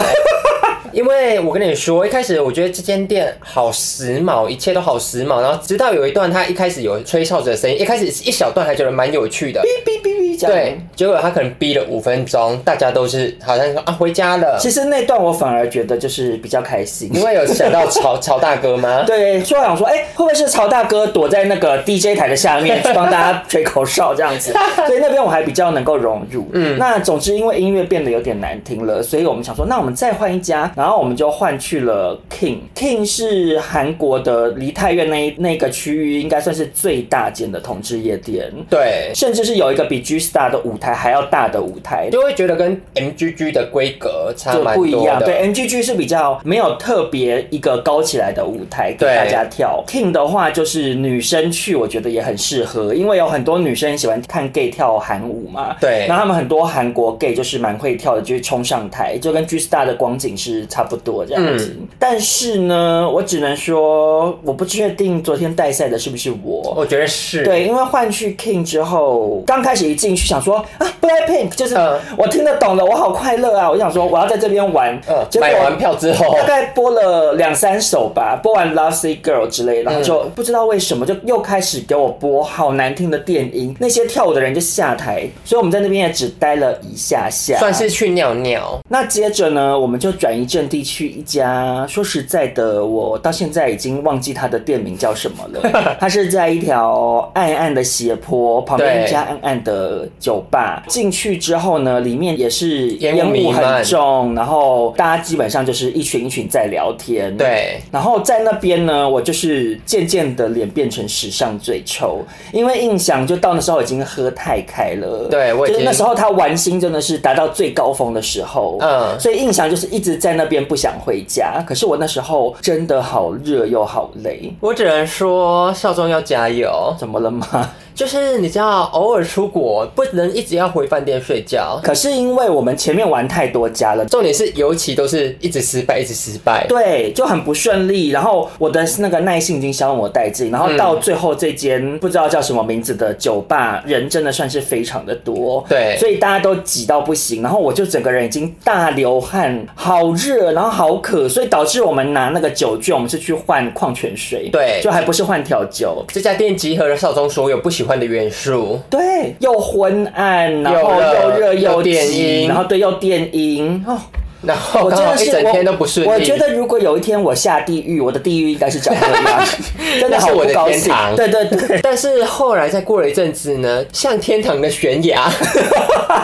[SPEAKER 3] 因为我跟你说，一开始我觉得这间店好时髦，一切都好时髦。然后直到有一段，他一开始有吹哨子的声音，一开始一小段还觉得蛮有趣的，
[SPEAKER 2] 哔哔哔这样
[SPEAKER 3] 对。。结果他可能逼了五分钟，大家都是好像说啊回家了，
[SPEAKER 2] 其实那段我反而觉得就是比较开心，
[SPEAKER 3] 因为有想到 曹曹大哥吗？
[SPEAKER 2] 对，所以我想说，哎、会不会是曹大哥躲在那个 DJ 台的下面去帮大家吹口哨这样子？所以那边我还比较能够融入。嗯，那总之因为音乐变得有点难听了，所以我们想说，那我们再换一家，然后我们就换去了 King。King 是韩国的梨泰院那一那个区域应该算是最大间的同志夜店。
[SPEAKER 3] 对，
[SPEAKER 2] 甚至是有一个比 G Star 的舞台还要大的舞台，
[SPEAKER 3] 就会觉得跟 MGG 的规格差
[SPEAKER 2] 就
[SPEAKER 3] 蛮
[SPEAKER 2] 不一
[SPEAKER 3] 多
[SPEAKER 2] 样。
[SPEAKER 3] 的。
[SPEAKER 2] 对，MGG 是比较没有特别一个高起来的舞台给
[SPEAKER 3] 对
[SPEAKER 2] 大家跳。King 的话就是女生去，我觉得也很适合，因为有很多女生喜欢看 gay 跳韩舞嘛。
[SPEAKER 3] 对
[SPEAKER 2] 然后他们很多韩国 gay 就是蛮会跳的，就是冲上台，就跟 G Star 的光景是差不多这样
[SPEAKER 3] 嗯
[SPEAKER 2] 子。但是呢，我只能说，我不确定昨天带赛的是不是我。
[SPEAKER 3] 我觉得是。
[SPEAKER 2] 对，因为换去 King 之后，刚开始一进去想说啊，Blackpink 就是
[SPEAKER 3] 嗯
[SPEAKER 2] 我听得懂了，我好快乐啊！我想说我要在这边玩，
[SPEAKER 3] 嗯
[SPEAKER 2] 结，果
[SPEAKER 3] 买完票之 后
[SPEAKER 2] 大，概播了两三首吧，播完《Love Sick Girl》之类的，然
[SPEAKER 3] 嗯
[SPEAKER 2] 后就不知道为什么就又开始给我播好难听的电音，那些跳舞的人就下台，所以我们在那边也只待了一下下，
[SPEAKER 3] 算是去尿尿。
[SPEAKER 2] 那接着呢，我们就转移阵地去一家，说实在的，我到现在已经忘记它的店名叫什么 了。它是在一条暗暗的斜坡旁边
[SPEAKER 3] 对
[SPEAKER 2] 一家暗暗的酒吧。进去之后呢，里面也是
[SPEAKER 3] 烟雾
[SPEAKER 2] 烟
[SPEAKER 3] 弥
[SPEAKER 2] 雾
[SPEAKER 3] 漫
[SPEAKER 2] 很重，然后大家基本上就是一群一群在聊天。。
[SPEAKER 3] 对，
[SPEAKER 2] 然后在那边呢，我就是渐渐的脸变成史上最臭，因为印象就到那时候已经喝太开了。
[SPEAKER 3] 对我已
[SPEAKER 2] 就
[SPEAKER 3] 经
[SPEAKER 2] 是那时候他玩心真的是达到最高峰的时候。
[SPEAKER 3] 嗯
[SPEAKER 2] 所以印象就是一直在那边不想回家。可是我那时候真的好热又好累，
[SPEAKER 3] 我只能说少中要加油。
[SPEAKER 2] 怎么了吗？
[SPEAKER 3] 就是你知道，偶尔出国不能一直要回饭店睡觉。
[SPEAKER 2] 可是因为我们前面玩太多家了，
[SPEAKER 3] 重点是，尤其都是一直失败，一直失败。
[SPEAKER 2] 对，就很不顺利。然后我的那个耐性已经消磨殆尽，然后
[SPEAKER 3] 嗯
[SPEAKER 2] 到最后这间不知道叫什么名字的酒吧，人真的算是非常的多。
[SPEAKER 3] 对
[SPEAKER 2] 所以大家都挤到不行，然后我就整个人已经大流汗，好热，然后好渴，所以导致我们拿那个酒券，我们是去换矿泉水，
[SPEAKER 3] 对
[SPEAKER 2] 就还不是换调酒。
[SPEAKER 3] 这家店集合了少中所有不喜欢的元素。
[SPEAKER 2] 对，又昏暗，然后又
[SPEAKER 3] 又
[SPEAKER 2] 热
[SPEAKER 3] 热又
[SPEAKER 2] 挤
[SPEAKER 3] 电音
[SPEAKER 2] 然后对又电音哦，
[SPEAKER 3] 然后
[SPEAKER 2] 我
[SPEAKER 3] 刚
[SPEAKER 2] 真
[SPEAKER 3] 好
[SPEAKER 2] 的
[SPEAKER 3] 一
[SPEAKER 2] 是
[SPEAKER 3] 整天都不顺利。
[SPEAKER 2] 我。我觉得如果有一天我下地狱，我的地狱应该是长这样， 真的
[SPEAKER 3] 那
[SPEAKER 2] 好
[SPEAKER 3] 是我
[SPEAKER 2] 不
[SPEAKER 3] 的
[SPEAKER 2] 高
[SPEAKER 3] 天
[SPEAKER 2] 兴
[SPEAKER 3] 堂。
[SPEAKER 2] 对对对，
[SPEAKER 3] 但是后来再过了一阵子呢，像天堂的悬崖。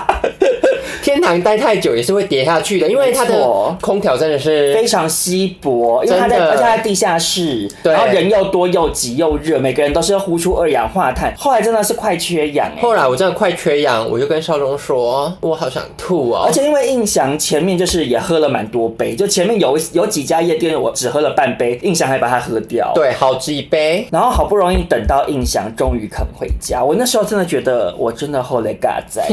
[SPEAKER 3] 天堂待太久也是会跌下去的，因为它
[SPEAKER 2] 没
[SPEAKER 3] 的
[SPEAKER 2] 错
[SPEAKER 3] 空调真的是
[SPEAKER 2] 非常稀薄，因为它在
[SPEAKER 3] 真的
[SPEAKER 2] 而且它在地下室，
[SPEAKER 3] 对
[SPEAKER 2] 然后人又多又挤又热，每个人都是呼出二氧化碳，后来真的是快缺氧哎、
[SPEAKER 3] 后来我真的快缺氧，我就跟少中说，我好想吐哦
[SPEAKER 2] 而。且因为印象前面就是也喝了蛮多杯，就前面有有几家夜店我只喝了半杯，印象还把它喝掉。
[SPEAKER 3] 对，好几杯。
[SPEAKER 2] 然后好不容易等到印象终于肯回家，我那时候真的觉得我真的后来嘎在，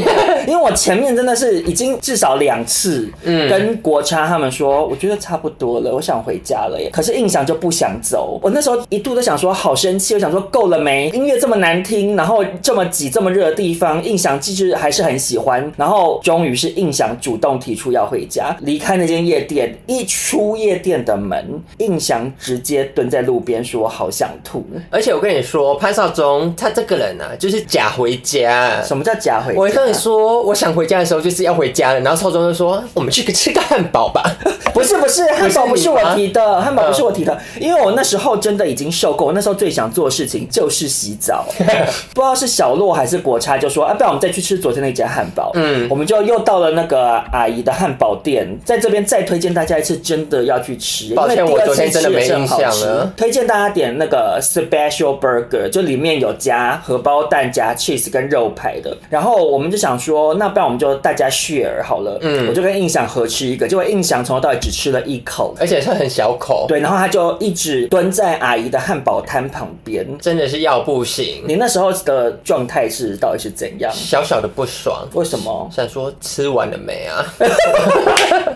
[SPEAKER 2] 因为我前面真的是已经至少两次，
[SPEAKER 3] 嗯
[SPEAKER 2] 跟国差他们说，我觉得差不多了，我想回家了耶。可是印象就不想走，我那时候一度都想说好生气，我想说够了没？音乐这么难听，然后这么挤这么热的地方，印象其实还是很喜欢。然后终于是印象主动提出要回家，离开那间夜店，一出夜店的门，印象直接蹲在路边说好想吐。
[SPEAKER 3] 而且我跟你说，潘少忠他这个人啊，就是假回 家。
[SPEAKER 2] 什么叫假回家？
[SPEAKER 3] 我跟你，说，我想回家的时候就是要回家了，然后少忠就说：“我们去吃个汉堡 吧。
[SPEAKER 2] 不是不是，汉堡不是我提的，汉堡
[SPEAKER 3] 嗯
[SPEAKER 2] 不是我提的，因为我那时候真的已经受够，我那时候最想做的事情就是洗澡。 不知道是小洛还是国差就说，啊，不然我们再去吃昨天那家汉堡。
[SPEAKER 3] 嗯
[SPEAKER 2] 嗯，我们就又到了那个阿姨的汉堡店，在这边再推荐大家一次，真的要去吃，因
[SPEAKER 3] 抱
[SPEAKER 2] 为
[SPEAKER 3] 歉
[SPEAKER 2] 第
[SPEAKER 3] 我
[SPEAKER 2] 二
[SPEAKER 3] 昨天
[SPEAKER 2] 次
[SPEAKER 3] 真的
[SPEAKER 2] 吃
[SPEAKER 3] 没
[SPEAKER 2] 也是很
[SPEAKER 3] 印
[SPEAKER 2] 好
[SPEAKER 3] 象
[SPEAKER 2] 吃
[SPEAKER 3] 了。
[SPEAKER 2] 推荐大家点那个 Special Burger，就里面有加荷包蛋、加 cheese 跟肉排的。然后我们就想说，那不然我们就大家 share 好了。
[SPEAKER 3] 嗯
[SPEAKER 2] 嗯，我就跟印象合吃一个，结果印象从头到尾只吃了一口”，
[SPEAKER 3] 而且他很小口，
[SPEAKER 2] 对，然后他就一直蹲在阿姨的汉堡摊旁边。
[SPEAKER 3] 真的是要不行，
[SPEAKER 2] 你那时候的状态是到底是怎样？
[SPEAKER 3] 小小的不爽。
[SPEAKER 2] 为什么？
[SPEAKER 3] 想说吃完了没啊？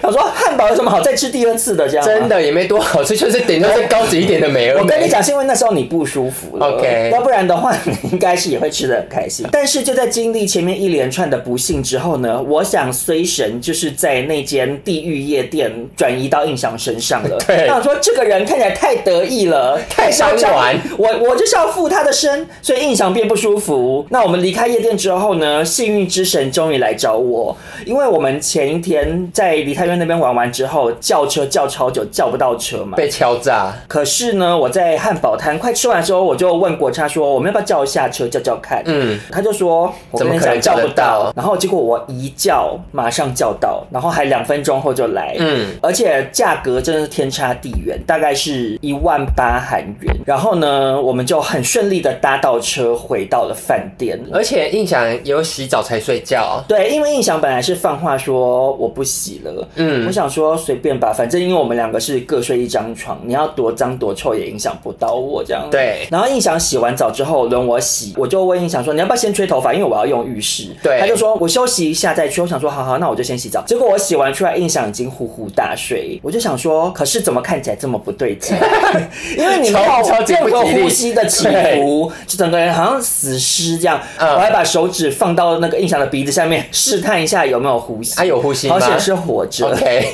[SPEAKER 2] 他说汉堡有什么好再吃第二次的这样？
[SPEAKER 3] 哎真。的也没多好吃，就是顶多是高级一点的美而
[SPEAKER 2] 我跟
[SPEAKER 3] 美
[SPEAKER 2] 你。讲，是因为那时候你不舒服了
[SPEAKER 3] OK
[SPEAKER 2] 要不然的话，你应该是也会吃的很开心。但是就在经历前面一连串的不幸之后呢，我想虽神就是在那间地狱夜店转移到印象身上了。
[SPEAKER 3] 对
[SPEAKER 2] 那我说这个人看起来太得意 了，太嚣张
[SPEAKER 3] 贪玩，
[SPEAKER 2] 我我就是要附他的身，所以印象变不舒服。那我们离开夜店之后呢，幸运之神终于来找我，因为我们前一天在梨泰院那边玩完之后，叫车叫超久，叫不到车嘛，
[SPEAKER 3] 被敲诈，
[SPEAKER 2] 可是呢，我在汉堡摊快吃完的时候，我就问国差说，我们要不要叫一下车叫叫看？
[SPEAKER 3] 嗯，
[SPEAKER 2] 他就说，我
[SPEAKER 3] 怎
[SPEAKER 2] 跟
[SPEAKER 3] 么
[SPEAKER 2] 你
[SPEAKER 3] 可能
[SPEAKER 2] 讲叫
[SPEAKER 3] 叫
[SPEAKER 2] 不
[SPEAKER 3] 得到
[SPEAKER 2] 到。然后结果我一叫，马上叫到，然后还两分钟后就来。
[SPEAKER 3] 嗯，
[SPEAKER 2] 而且价格真的是天差地远，大概是一万八韩元。然后呢，我们就很顺利的搭到车回到了饭店。
[SPEAKER 3] 而且印象有洗澡才睡 觉，
[SPEAKER 2] 对，因为印象本来是放话说我不洗了，
[SPEAKER 3] 嗯
[SPEAKER 2] 嗯，我想说随便吧，反正因为我们两个是各睡一张床，你要多脏多臭也影响不到我这样。
[SPEAKER 3] 对
[SPEAKER 2] 然后印象洗完澡之后轮我洗，我就问印象说你要不要先吹头发，因为我要用浴室。
[SPEAKER 3] 对
[SPEAKER 2] 他就说我休息一下再吹。我想说好好，那我就先洗澡。结果我洗完出来，印象已经呼呼大睡，我就想说，可是怎么看起来这么不对 劲？因为你没
[SPEAKER 3] 超
[SPEAKER 2] 有
[SPEAKER 3] 超级
[SPEAKER 2] 没有
[SPEAKER 3] 不吉利
[SPEAKER 2] 呼吸的起
[SPEAKER 3] 对
[SPEAKER 2] 伏。就整个人好像死尸这样。
[SPEAKER 3] 嗯
[SPEAKER 2] 我还把手指放到那个印象的鼻子下面，试探一下有没有呼吸。
[SPEAKER 3] 他有呼吸吗
[SPEAKER 2] 好险是活着。
[SPEAKER 3] ？OK，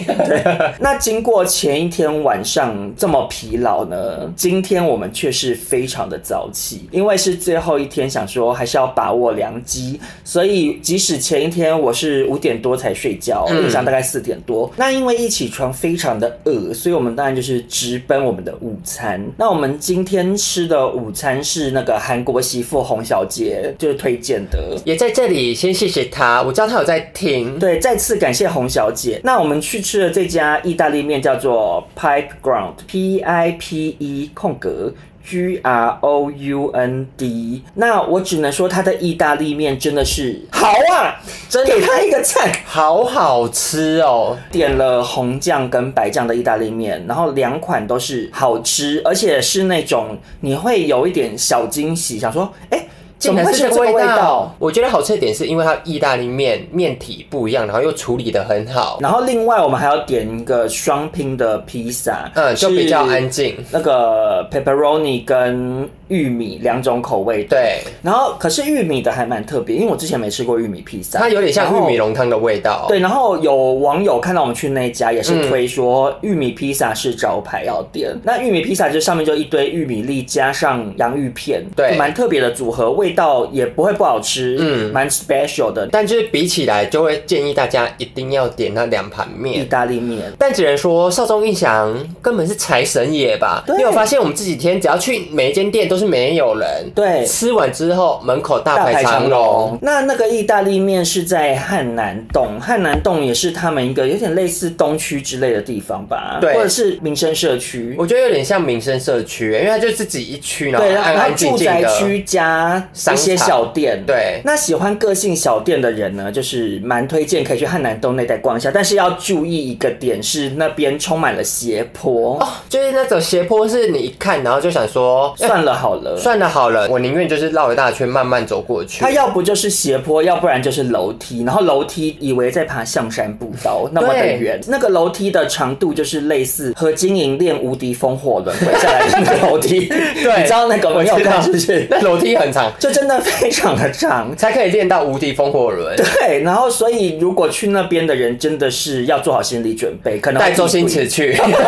[SPEAKER 2] 那经过前一天晚上这么疲劳呢，今天我们却是非常的早起，因为是最后一天，想说还是要把握良机，所以即使前一天我是五点多才睡觉，
[SPEAKER 3] 嗯
[SPEAKER 2] 印象大概四点多。那因为一起床非常的饿，所以我们当然就是直奔我们的午餐。那我们今天吃的午餐是那个韩国媳妇洪小姐就是推荐的，
[SPEAKER 3] 也在这里先谢谢他，我知道他有在听。
[SPEAKER 2] 对，再次感谢洪小姐。那我们去吃的这家意大利面叫做 Pipe Ground，P I P E 空格。 G R O U N D。那我只能说它的意大利面真的是好啊，
[SPEAKER 3] 真的
[SPEAKER 2] 给它一个赞。
[SPEAKER 3] 好好吃哦！
[SPEAKER 2] 点了红酱跟白酱的意大利面，然后两款都是好吃，而且是那种你会有一点小惊喜，想说，哎、怎
[SPEAKER 3] 竟
[SPEAKER 2] 么
[SPEAKER 3] 然
[SPEAKER 2] 会
[SPEAKER 3] 是
[SPEAKER 2] 这个
[SPEAKER 3] 味
[SPEAKER 2] 味道？
[SPEAKER 3] 我觉得好吃的点是因为它意大利面面体不一样，然后又处理的很好，
[SPEAKER 2] 然后另外我们还要点一个双拼的披萨，
[SPEAKER 3] 嗯，就是比较安静。
[SPEAKER 2] 那个 pepperoni 跟玉米两种口味的。
[SPEAKER 3] 对，
[SPEAKER 2] 然后可是玉米的还蛮特别，因为我之前没吃过玉米披萨，
[SPEAKER 3] 它有点像
[SPEAKER 2] 然
[SPEAKER 3] 玉
[SPEAKER 2] 后
[SPEAKER 3] 米浓汤的味道。
[SPEAKER 2] 对，然后有网友看到我们去那一家，也是推说玉米披萨是招牌要点。那玉米披萨就上面就一堆玉米粒加上洋芋片，
[SPEAKER 3] 对
[SPEAKER 2] 蛮特别的组合，味道也不会不好吃，嗯，
[SPEAKER 3] 嗯
[SPEAKER 2] 蛮 special 的
[SPEAKER 3] 但就是比起来，就会建议大家一定要点那两盘
[SPEAKER 2] 意
[SPEAKER 3] 面。
[SPEAKER 2] 大利面。
[SPEAKER 3] 但只能说，少中印象根本是财神爷吧？
[SPEAKER 2] 对
[SPEAKER 3] 你有发现我们这几天只要去每一间店都是没有人，
[SPEAKER 2] 对
[SPEAKER 3] 吃完之后门口大排长龙，。
[SPEAKER 2] 那那个意大利面是在汉南洞，汉南洞也是他们一个有点类似东区之类的地方吧，
[SPEAKER 3] 对
[SPEAKER 2] 或者是民生社区。
[SPEAKER 3] 我觉得有点像民生社区，因为它就自己一区，然后
[SPEAKER 2] 对，然后
[SPEAKER 3] 安
[SPEAKER 2] 然后
[SPEAKER 3] 安静
[SPEAKER 2] 住
[SPEAKER 3] 静
[SPEAKER 2] 宅
[SPEAKER 3] 的。
[SPEAKER 2] 区加一些小店，
[SPEAKER 3] 对
[SPEAKER 2] 那喜欢个性小店的人呢，就是蛮推荐可以去汉南东那带逛一下，但是要注意一个点是，那边充满了斜坡。
[SPEAKER 3] 哦，就是那种斜坡，是你一看，然后就想说，哎
[SPEAKER 2] 算了好 了，
[SPEAKER 3] 算了好了，我宁愿就是绕一大圈慢慢走过去
[SPEAKER 2] 它。要不就是斜坡，要不然就是楼梯，然后楼梯以为在爬象山步道那么的远，那个楼梯的长度就是类似和经营练无敌风火轮滚下来的那个楼 梯，
[SPEAKER 3] 对
[SPEAKER 2] 你知道那个没有
[SPEAKER 3] 我知道
[SPEAKER 2] 看是不是？
[SPEAKER 3] 那楼梯很长，
[SPEAKER 2] 就真的非常的长，
[SPEAKER 3] 才可以练到无敌风火轮。
[SPEAKER 2] 对，然后所以如果去那边的人，真的是要做好心理准备，可能会
[SPEAKER 3] 带周星驰
[SPEAKER 2] 一
[SPEAKER 3] 去。
[SPEAKER 2] 步一步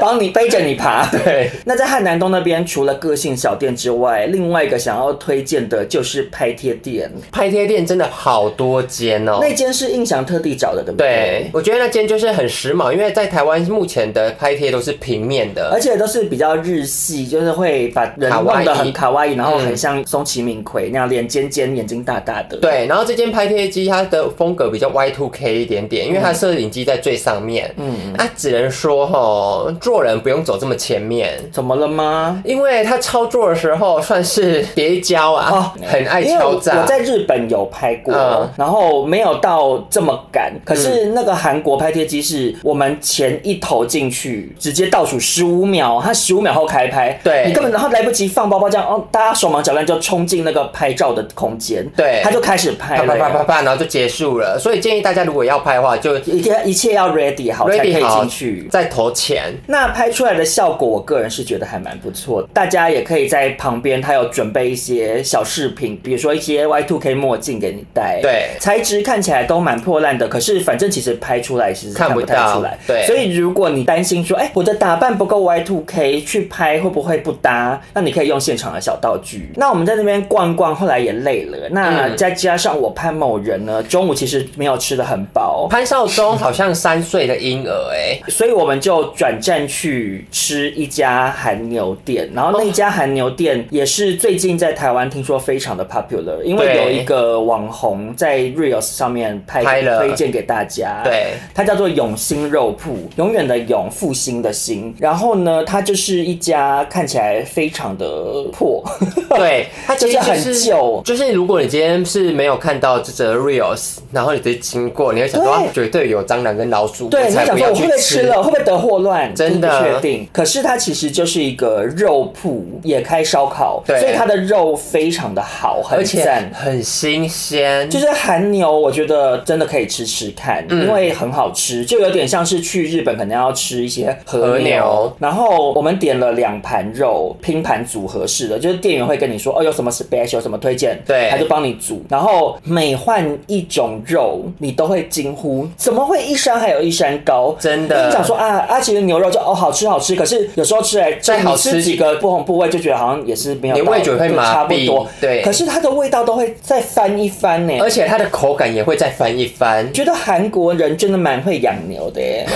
[SPEAKER 2] 帮你背着你爬。
[SPEAKER 3] 对，
[SPEAKER 2] 那在汉南东那边，除了个性小店之外，另外一个想要推荐的就是拍贴店，
[SPEAKER 3] 拍贴店真的好多间哦。
[SPEAKER 2] 那间是印象特地找的，对不
[SPEAKER 3] 对，我觉得那间就是很时髦，因为在台湾目前的拍贴都是平面的
[SPEAKER 2] 而，且都是比较日系，就是会把人
[SPEAKER 3] 卡哇
[SPEAKER 2] 弄
[SPEAKER 3] 伊
[SPEAKER 2] 得很卡哇伊，然后很
[SPEAKER 3] 嗯
[SPEAKER 2] 像松崎敏葵那样，脸尖尖，眼睛大大的。，
[SPEAKER 3] 对。然后这间拍贴机它的风格比较 Y two K 一点点，因为它摄影机在最上面。嗯，那、只能说哈，做人不用走这么前面。
[SPEAKER 2] 怎么了吗？
[SPEAKER 3] 因为他操作的时候算是叠胶啊，很爱
[SPEAKER 2] 因为
[SPEAKER 3] 敲
[SPEAKER 2] 我
[SPEAKER 3] 诈。
[SPEAKER 2] 我在日本有拍过，
[SPEAKER 3] 嗯
[SPEAKER 2] 然后没有到这么赶。可是那个韩国拍贴机是我们前一头进去，直接倒数十五秒，它十五秒后开拍，
[SPEAKER 3] 对
[SPEAKER 2] 你根本然后来不及放包包，这样哦，大家手忙脚乱就冲进那个拍照的空间，
[SPEAKER 3] 对
[SPEAKER 2] 他就开始拍
[SPEAKER 3] 啪啪
[SPEAKER 2] 了
[SPEAKER 3] 啪啪
[SPEAKER 2] 耶。
[SPEAKER 3] 啪，然后就结束了。所以建议大家如果要拍的话，就
[SPEAKER 2] 一定要一切要 ready 好才可
[SPEAKER 3] ready
[SPEAKER 2] 以
[SPEAKER 3] 好
[SPEAKER 2] 进去。
[SPEAKER 3] 再投钱。
[SPEAKER 2] 那拍出来的效果，我个人是觉得还蛮不错的。大家也可以在旁边，他有准备一些小饰品，比如说一些 Y2K 墨镜给你戴，
[SPEAKER 3] 对
[SPEAKER 2] 材质看起来都蛮破烂的，可是反正其实拍出来其实
[SPEAKER 3] 看
[SPEAKER 2] 看
[SPEAKER 3] 不
[SPEAKER 2] 不太
[SPEAKER 3] 到
[SPEAKER 2] 出来，
[SPEAKER 3] 对
[SPEAKER 2] 所以如果你担心说，哎、我的打扮不够 Y two K，去拍会不会不搭？那你可以用现场的小道具。那我们在那边逛逛，后来也累了，那
[SPEAKER 3] 嗯
[SPEAKER 2] 再加上我潘某人呢，中午其实没有吃的很饱。
[SPEAKER 3] 潘少忠好像三岁的婴儿哎、
[SPEAKER 2] 所以我们就转战去吃一家韩牛店，然
[SPEAKER 3] 哦
[SPEAKER 2] 后那家韩牛店也是最近在台湾听说非常的 popular，因为
[SPEAKER 3] 对
[SPEAKER 2] 有一个网红在 Reels 上面拍
[SPEAKER 3] 拍了
[SPEAKER 2] 推荐给大家，
[SPEAKER 3] 对，
[SPEAKER 2] 它叫做永兴肉铺，永远的永，复兴的兴。然后呢，它就是一家看起来非常的破，
[SPEAKER 3] 对，他其实
[SPEAKER 2] 就是很旧
[SPEAKER 3] 就是如果你今天是没有看到这则 reels，然后你直接经过，你会想说、
[SPEAKER 2] 对
[SPEAKER 3] 啊绝对有蟑螂跟老鼠，
[SPEAKER 2] 对，
[SPEAKER 3] 我
[SPEAKER 2] 你
[SPEAKER 3] 才
[SPEAKER 2] 想
[SPEAKER 3] 不
[SPEAKER 2] 说
[SPEAKER 3] 要
[SPEAKER 2] 我会
[SPEAKER 3] 去
[SPEAKER 2] 不会吃了，会不会得霍乱？
[SPEAKER 3] 真的
[SPEAKER 2] 不确定。可是它其实就是一个肉铺，也开烧烤，
[SPEAKER 3] 对
[SPEAKER 2] 所以它的肉非常的好，很
[SPEAKER 3] 而且
[SPEAKER 2] 赞。
[SPEAKER 3] 很新鲜，
[SPEAKER 2] 就是韩牛，我觉得真的可以吃吃看，
[SPEAKER 3] 嗯
[SPEAKER 2] 因为很好吃，就有点像是去日本可能要吃一些和
[SPEAKER 3] 和牛
[SPEAKER 2] 然后我们点了两盘肉，拼盘组合式的，就是店员会跟你说哦有什么 special 有什么推荐，
[SPEAKER 3] 对
[SPEAKER 2] 他就帮你煮。然后每换一种肉，你都会惊呼怎么会一山还有一山高？
[SPEAKER 3] 真的
[SPEAKER 2] 因为你想说啊啊，其实牛肉就哦好吃好吃，可是有时候吃来
[SPEAKER 3] 再好吃
[SPEAKER 2] 你几个不同部位就觉得好像也是没有
[SPEAKER 3] 你
[SPEAKER 2] 到，
[SPEAKER 3] 味觉会
[SPEAKER 2] 就
[SPEAKER 3] 麻
[SPEAKER 2] 差不
[SPEAKER 3] 痹
[SPEAKER 2] 多。
[SPEAKER 3] 对
[SPEAKER 2] 可是它的味道都会再翻一翻呢、
[SPEAKER 3] 而且它的口感也会再翻一翻。
[SPEAKER 2] 觉得韩国人真的蛮会养牛的 耶，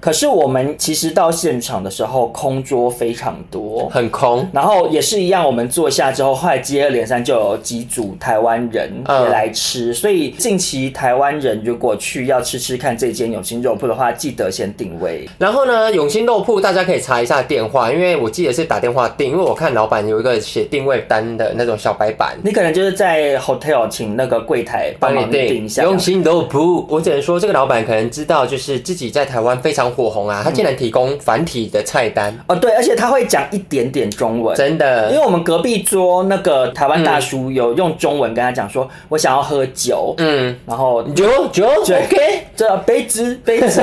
[SPEAKER 2] 可是我们其实到现场的时候，空桌非常多，
[SPEAKER 3] 很空，
[SPEAKER 2] 然后也是一样，我们坐下之后，后来接二连三就有几组台湾人
[SPEAKER 3] 嗯
[SPEAKER 2] 也来吃，所以近期台湾人如果去要吃吃看这间永兴肉铺的话，记得先定位。
[SPEAKER 3] 然后呢，永兴肉铺大家可以查一下电话，因为我记得是打电话订，因为我看老板有一个写定位单的那种小白板，
[SPEAKER 2] 你可能就是在 hotel 请那个柜台帮
[SPEAKER 3] 帮你
[SPEAKER 2] 忙订一下，
[SPEAKER 3] 用心都不。我只能说，这个老板可能知道，就是自己在台湾非常火红啊，他竟然提供繁体的菜单，
[SPEAKER 2] 哦，对，而且他会讲一点点中文。
[SPEAKER 3] 真
[SPEAKER 2] 因
[SPEAKER 3] 的。
[SPEAKER 2] 为我们隔壁桌那个台湾大叔有用中文跟他讲说，我想要喝酒，
[SPEAKER 3] 嗯，
[SPEAKER 2] 然后
[SPEAKER 3] 九九
[SPEAKER 2] 对
[SPEAKER 3] OK，
[SPEAKER 2] 这杯子杯 子，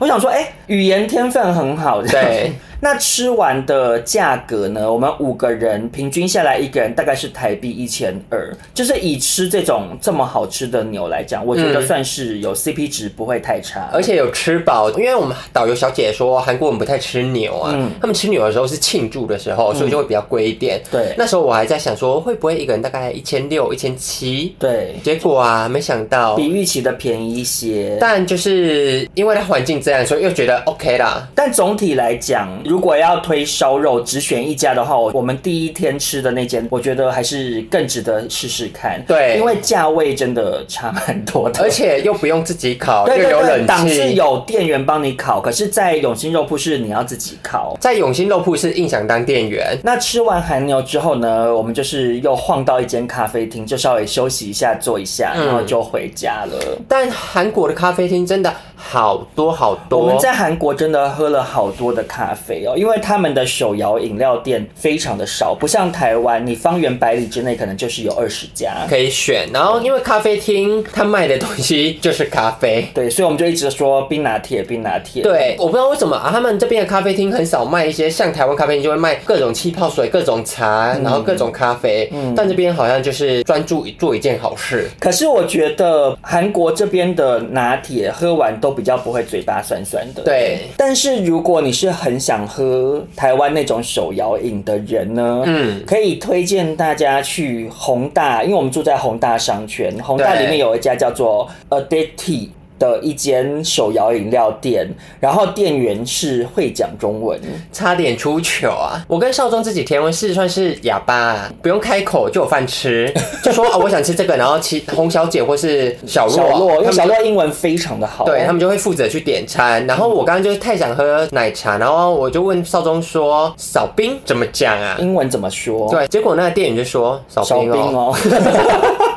[SPEAKER 2] 我想说，哎、语言天分很好。
[SPEAKER 3] 对，
[SPEAKER 2] 那吃完的价格呢？我们五个人平均下来，一个人大概是台币一千二，就是以吃这种这么好吃的牛来讲，我觉得
[SPEAKER 3] 嗯
[SPEAKER 2] 算是有 CP 值，不会太差。
[SPEAKER 3] 而且有吃饱，因为我们导游小姐说韩国人不太吃牛啊，
[SPEAKER 2] 嗯
[SPEAKER 3] 他们吃牛的时候是庆祝的时候，所以就会比较贵一点。
[SPEAKER 2] 对
[SPEAKER 3] 那时候我还在想说，会不会一个人大概一千六、一千七？
[SPEAKER 2] 对，
[SPEAKER 3] 结果啊，没想到
[SPEAKER 2] 比预期的便宜一些。
[SPEAKER 3] 但就是因为它环境这样，所以又觉得 OK 啦。
[SPEAKER 2] 但总体来讲，如果要推烧肉，只选一家的话，我我们第一天吃的那间，我觉得还是更值得试试看。
[SPEAKER 3] 对
[SPEAKER 2] 因为价位真的差蛮多的，
[SPEAKER 3] 而且又不用自己烤，
[SPEAKER 2] 对
[SPEAKER 3] 又
[SPEAKER 2] 对
[SPEAKER 3] 有
[SPEAKER 2] 对，
[SPEAKER 3] 冷
[SPEAKER 2] 档是
[SPEAKER 3] 气。
[SPEAKER 2] 有店员帮你烤，可是，在永兴肉铺是你要自己烤。
[SPEAKER 3] 在永兴肉铺是硬想当店员，
[SPEAKER 2] 那吃完韩牛之后呢，我们就是又晃到一间咖啡厅，就稍微休息一下，坐一下，
[SPEAKER 3] 嗯
[SPEAKER 2] 然后就回家了。
[SPEAKER 3] 但韩国的咖啡厅真的好多好多。
[SPEAKER 2] 我们在韩国真的喝了好多的咖啡哦，因为他们的手摇饮料店非常的少，不像台湾，你方圆百里之内可能就是有二十家。
[SPEAKER 3] 可以选，然后因为咖啡厅它卖的东西就是咖啡。
[SPEAKER 2] 对，所以我们就一直说冰拿铁，冰拿铁。
[SPEAKER 3] 对，我不知道为什么啊，他们这边的咖啡厅很少卖一些，像台湾咖啡厅就会卖各种气泡水、各种茶，
[SPEAKER 2] 嗯
[SPEAKER 3] 然后各种咖啡。但这边好像就是专注做一件好事。
[SPEAKER 2] 可是我觉得韩国这边的拿铁喝完都比较不会嘴巴酸酸的。
[SPEAKER 3] 对，
[SPEAKER 2] 但是如果你是很想喝台湾那种手摇饮的人呢，
[SPEAKER 3] 嗯
[SPEAKER 2] 嗯，可以推荐大家去宏大，因为我们住在宏大商圈，宏大
[SPEAKER 3] 对
[SPEAKER 2] 里面有一家叫做 A Day Tea。的一间手摇饮料店，然后店员是会讲中文，
[SPEAKER 3] 差点出糗啊！我跟少宗这几天我是算是哑巴、啊，不用开口就有饭吃， 就说啊、我想吃这个，然后其红小姐或是小
[SPEAKER 2] 小
[SPEAKER 3] 洛，
[SPEAKER 2] 洛，因
[SPEAKER 3] 啊他
[SPEAKER 2] 为
[SPEAKER 3] 们
[SPEAKER 2] 小洛英文非常的好，
[SPEAKER 3] 对他们就会负责去点餐。然后我刚刚就是太想喝奶茶，然后我就问少宗说少冰怎么讲啊？
[SPEAKER 2] 英文怎么说？，
[SPEAKER 3] 对，结果那个店员就说少
[SPEAKER 2] 小
[SPEAKER 3] 冰
[SPEAKER 2] 冰
[SPEAKER 3] 哦，
[SPEAKER 2] 哦，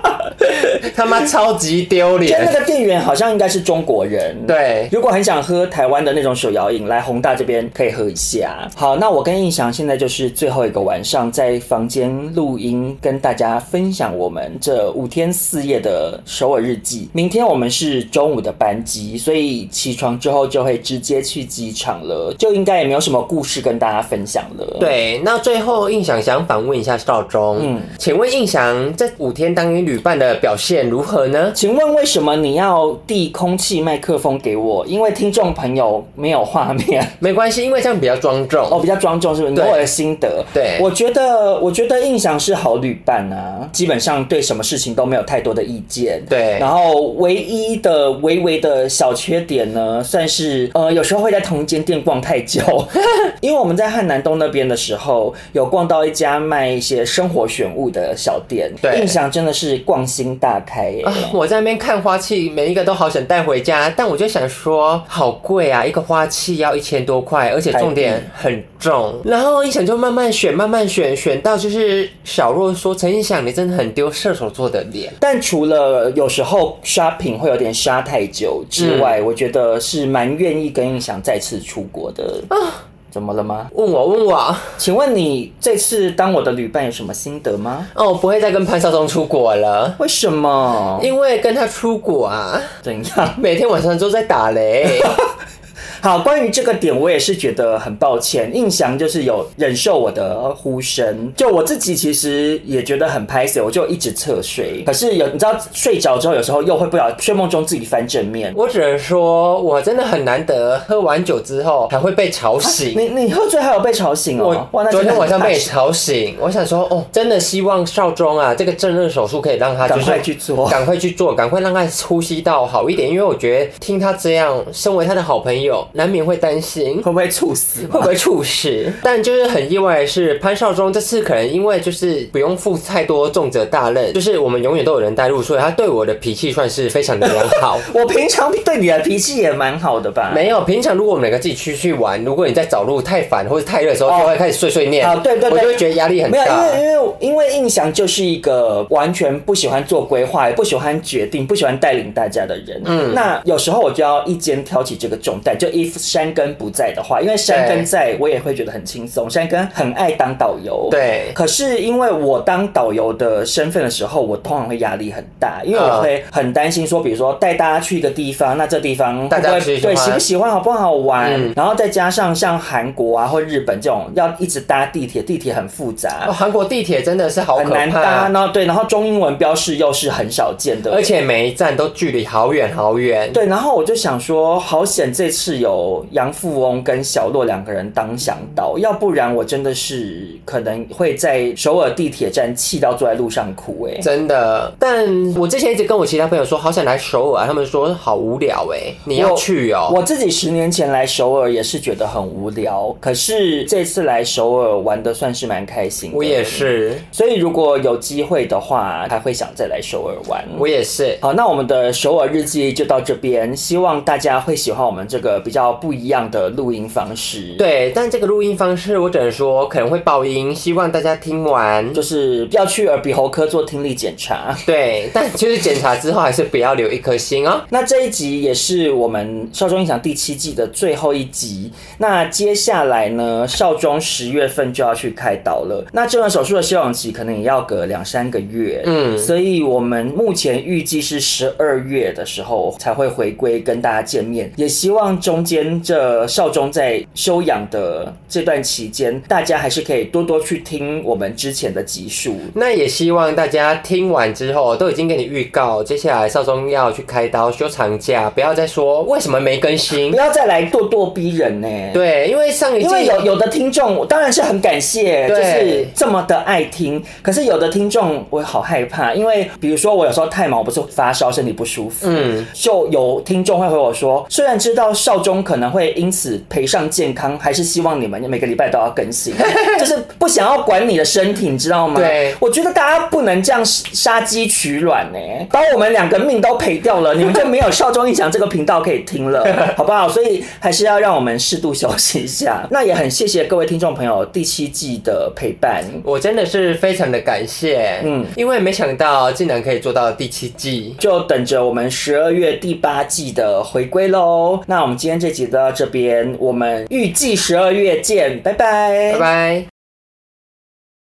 [SPEAKER 3] 他妈超级丢
[SPEAKER 2] 就那
[SPEAKER 3] 脸。
[SPEAKER 2] 个店员好像应该是中国人，
[SPEAKER 3] 对，
[SPEAKER 2] 如果很想喝台湾的那种手摇饮，来宏大这边可以喝一下。好，那我跟印翔现在就是最后一个晚上，在房间录音，跟大家分享我们这五天四夜的首尔日记。明天我们是中午的班机，所以起床之后就会直接去机场了，就应该也没有什么故事跟大家分享了。，
[SPEAKER 3] 对，那最后印象想反问一下少宗，嗯
[SPEAKER 2] 嗯，
[SPEAKER 3] 请问印象这五天当你旅伴的表现如何呢？
[SPEAKER 2] 请问为什么你要递空气麦克风给我？因为听众朋友没有画面。
[SPEAKER 3] 没关系，因为这样比较庄重。
[SPEAKER 2] 哦，比较庄重是不是？你
[SPEAKER 3] 对
[SPEAKER 2] 问我的心得，
[SPEAKER 3] 对
[SPEAKER 2] 我觉得，我觉得印象是好旅伴啊，基本上对什么事情都没有太多的意见。
[SPEAKER 3] 对
[SPEAKER 2] 然后唯一的微微的小缺点呢，算是呃，有时候会在同一间店逛太 久，因为我们在汉南东那边的时候，有逛到一家卖一些生活选物的小店，
[SPEAKER 3] 对
[SPEAKER 2] 印象真的是逛心大开耶、
[SPEAKER 3] 啊！我在那边看花器，每一个都好想带回家，但我就想说，好贵啊！一个花器要一千多块，而且重点很重。
[SPEAKER 2] 嗯
[SPEAKER 3] 然后一想就慢慢选，慢慢选，选到就是小若说陈一想，你真的很丢射手座的脸。
[SPEAKER 2] 但除了有时候 shopping 会有点杀太久之外，
[SPEAKER 3] 嗯
[SPEAKER 2] 我觉得是蛮愿意跟印象再次出国的。
[SPEAKER 3] 啊
[SPEAKER 2] 怎么了吗？
[SPEAKER 3] 问我问我
[SPEAKER 2] 请问你这次当我的旅伴有什么心得吗？
[SPEAKER 3] 哦，我不会再跟潘少忠出国了，
[SPEAKER 2] 为什么？
[SPEAKER 3] 因为跟他出国啊，
[SPEAKER 2] 怎样？
[SPEAKER 3] 每天晚上都在打雷。
[SPEAKER 2] 好，关于这个点，我也是觉得很抱歉。印象就是有忍受我的呼声，就我自己其实也觉得很拍死，我就一直侧睡。可是有你知道，睡着之后有时候又会不小睡梦中自己翻正面。
[SPEAKER 3] 我只能说，我真的很难得喝完酒之后还会被吵醒。
[SPEAKER 2] 你你喝醉还有被吵醒哦？
[SPEAKER 3] 我
[SPEAKER 2] 哇那真
[SPEAKER 3] 昨
[SPEAKER 2] 的
[SPEAKER 3] 天
[SPEAKER 2] 很
[SPEAKER 3] 晚上
[SPEAKER 2] 大
[SPEAKER 3] 被你
[SPEAKER 2] 事
[SPEAKER 3] 吵醒，我想说，哦，真的希望少中啊，这个正热手术可以让他、就是、
[SPEAKER 2] 赶快去做
[SPEAKER 3] 赶快去做，赶快让他呼吸道好一点，因为我觉得听他这样，身为他的好朋友，难免会担 心。
[SPEAKER 2] 会不会猝死？
[SPEAKER 3] 会不会猝死？但就是很意外的是，潘少忠这次可能因为就是不用负太多重责大任，就是我们永远都有人带路，所以他对我的脾气算是非常的良 好。
[SPEAKER 2] 我平常对你的脾气也蛮好的吧？
[SPEAKER 3] 没有，平常如果我们两个自己出去玩，如果你在找路太烦或者太热的时候，
[SPEAKER 2] 哦
[SPEAKER 3] 就会开始碎碎念。
[SPEAKER 2] 啊对对对
[SPEAKER 3] 我就会觉得压力很
[SPEAKER 2] 没有，因
[SPEAKER 3] 大。
[SPEAKER 2] 为因为因为印象就是一个完全不喜欢做规划，也不喜欢决定，不喜欢带领大家的人。嗯，那有时候我就要一肩挑起这个重担。就 if 山根不在的话，因为山根
[SPEAKER 3] 对
[SPEAKER 2] 在我也会觉得很轻松。山根很爱当导游，。
[SPEAKER 3] 对，
[SPEAKER 2] 可是因为我当导游的身份的时候，我通常会压力很大，因为
[SPEAKER 3] 啊
[SPEAKER 2] 我会很担心说，比如说带大家去一个地方，那这地方会
[SPEAKER 3] 大
[SPEAKER 2] 不
[SPEAKER 3] 家
[SPEAKER 2] 会
[SPEAKER 3] 喜不喜
[SPEAKER 2] 对
[SPEAKER 3] 欢
[SPEAKER 2] 喜不喜欢好不好玩？
[SPEAKER 3] 嗯
[SPEAKER 2] 然后再加上像韩国啊或日本这种要一直搭地铁，地铁很复杂，
[SPEAKER 3] 哦韩国地铁真的是好
[SPEAKER 2] 很
[SPEAKER 3] 可
[SPEAKER 2] 难搭。
[SPEAKER 3] 怕，
[SPEAKER 2] 然后对，然后中英文标示又是很少见的，
[SPEAKER 3] 而且每一站都距离好远好远。
[SPEAKER 2] 对，然后我就想说，好险这次有杨富翁跟小洛两个人当向导，要不然我真的是可能会在首尔地铁站气到坐在路上哭哎、欸
[SPEAKER 3] 真的，但我之前一直跟我其他朋友说，好想来首尔啊，他们说好无聊哎、你要去哦、
[SPEAKER 2] 我自己十年前来首尔也是觉得很无聊，可是这次来首尔玩的算是蛮开心的。
[SPEAKER 3] 我也，是，
[SPEAKER 2] 所以如果有机会的话，还会想再来首尔玩。
[SPEAKER 3] 我也是。
[SPEAKER 2] 好，那我们的首尔日记就到这边，希望大家会喜欢我们这个比较不一样的录音方式。。
[SPEAKER 3] 对，但这个录音方式我只能说可能会爆音，希望大家听完。
[SPEAKER 2] 就是要去耳鼻喉科做听力检查。
[SPEAKER 3] 对，但就是检查之后还是不要留一颗心哦。
[SPEAKER 2] 那这一集也是我们《少中印象》第七季的最后一集。那接下来呢，少中十月份就要去开刀了。那这段手术的休养期可能也要隔两三个月，嗯，所以我们目前预计是十二月的时候才会回归跟大家见面。也希望中间这少中在休养的这段期间，大家还是可以多多去听我们之前的集数，
[SPEAKER 3] 那也希望大家听完之后都已经给你预告，接下来少宗要去开刀休长假，不要再说为什么没更新
[SPEAKER 2] 不。要再来咄咄逼人呢、
[SPEAKER 3] 对，因为上一季
[SPEAKER 2] 因为有有的听众，我当然是很感谢，就
[SPEAKER 3] 对
[SPEAKER 2] 是这么的爱听。可是有的听众，我好害怕，因为比如说我有时候太忙，我不是发烧，身体不舒服，
[SPEAKER 3] 嗯，
[SPEAKER 2] 就有听众会回我说，虽然知道少中可能会因此赔上健康，还是希望你们每个礼拜都要更新，就是不想要管你的身体，你知道吗？
[SPEAKER 3] 对
[SPEAKER 2] 我觉得大家不能这样杀鸡取卵呢、把我们两个命都赔掉了，你们就没有少中印象这个频道可以听了，好不好？所以还是要让我们适度休息一下。那也很谢谢各位听众朋友第七季的陪伴。
[SPEAKER 3] 我真的是非常的感谢，
[SPEAKER 2] 嗯
[SPEAKER 3] 嗯，因为没想到竟然可以做到第七季。
[SPEAKER 2] 就等着我们十二月第八季的回归喽。那我们今天这集就到这边，我们预计十二月见，拜拜，
[SPEAKER 3] 拜。拜。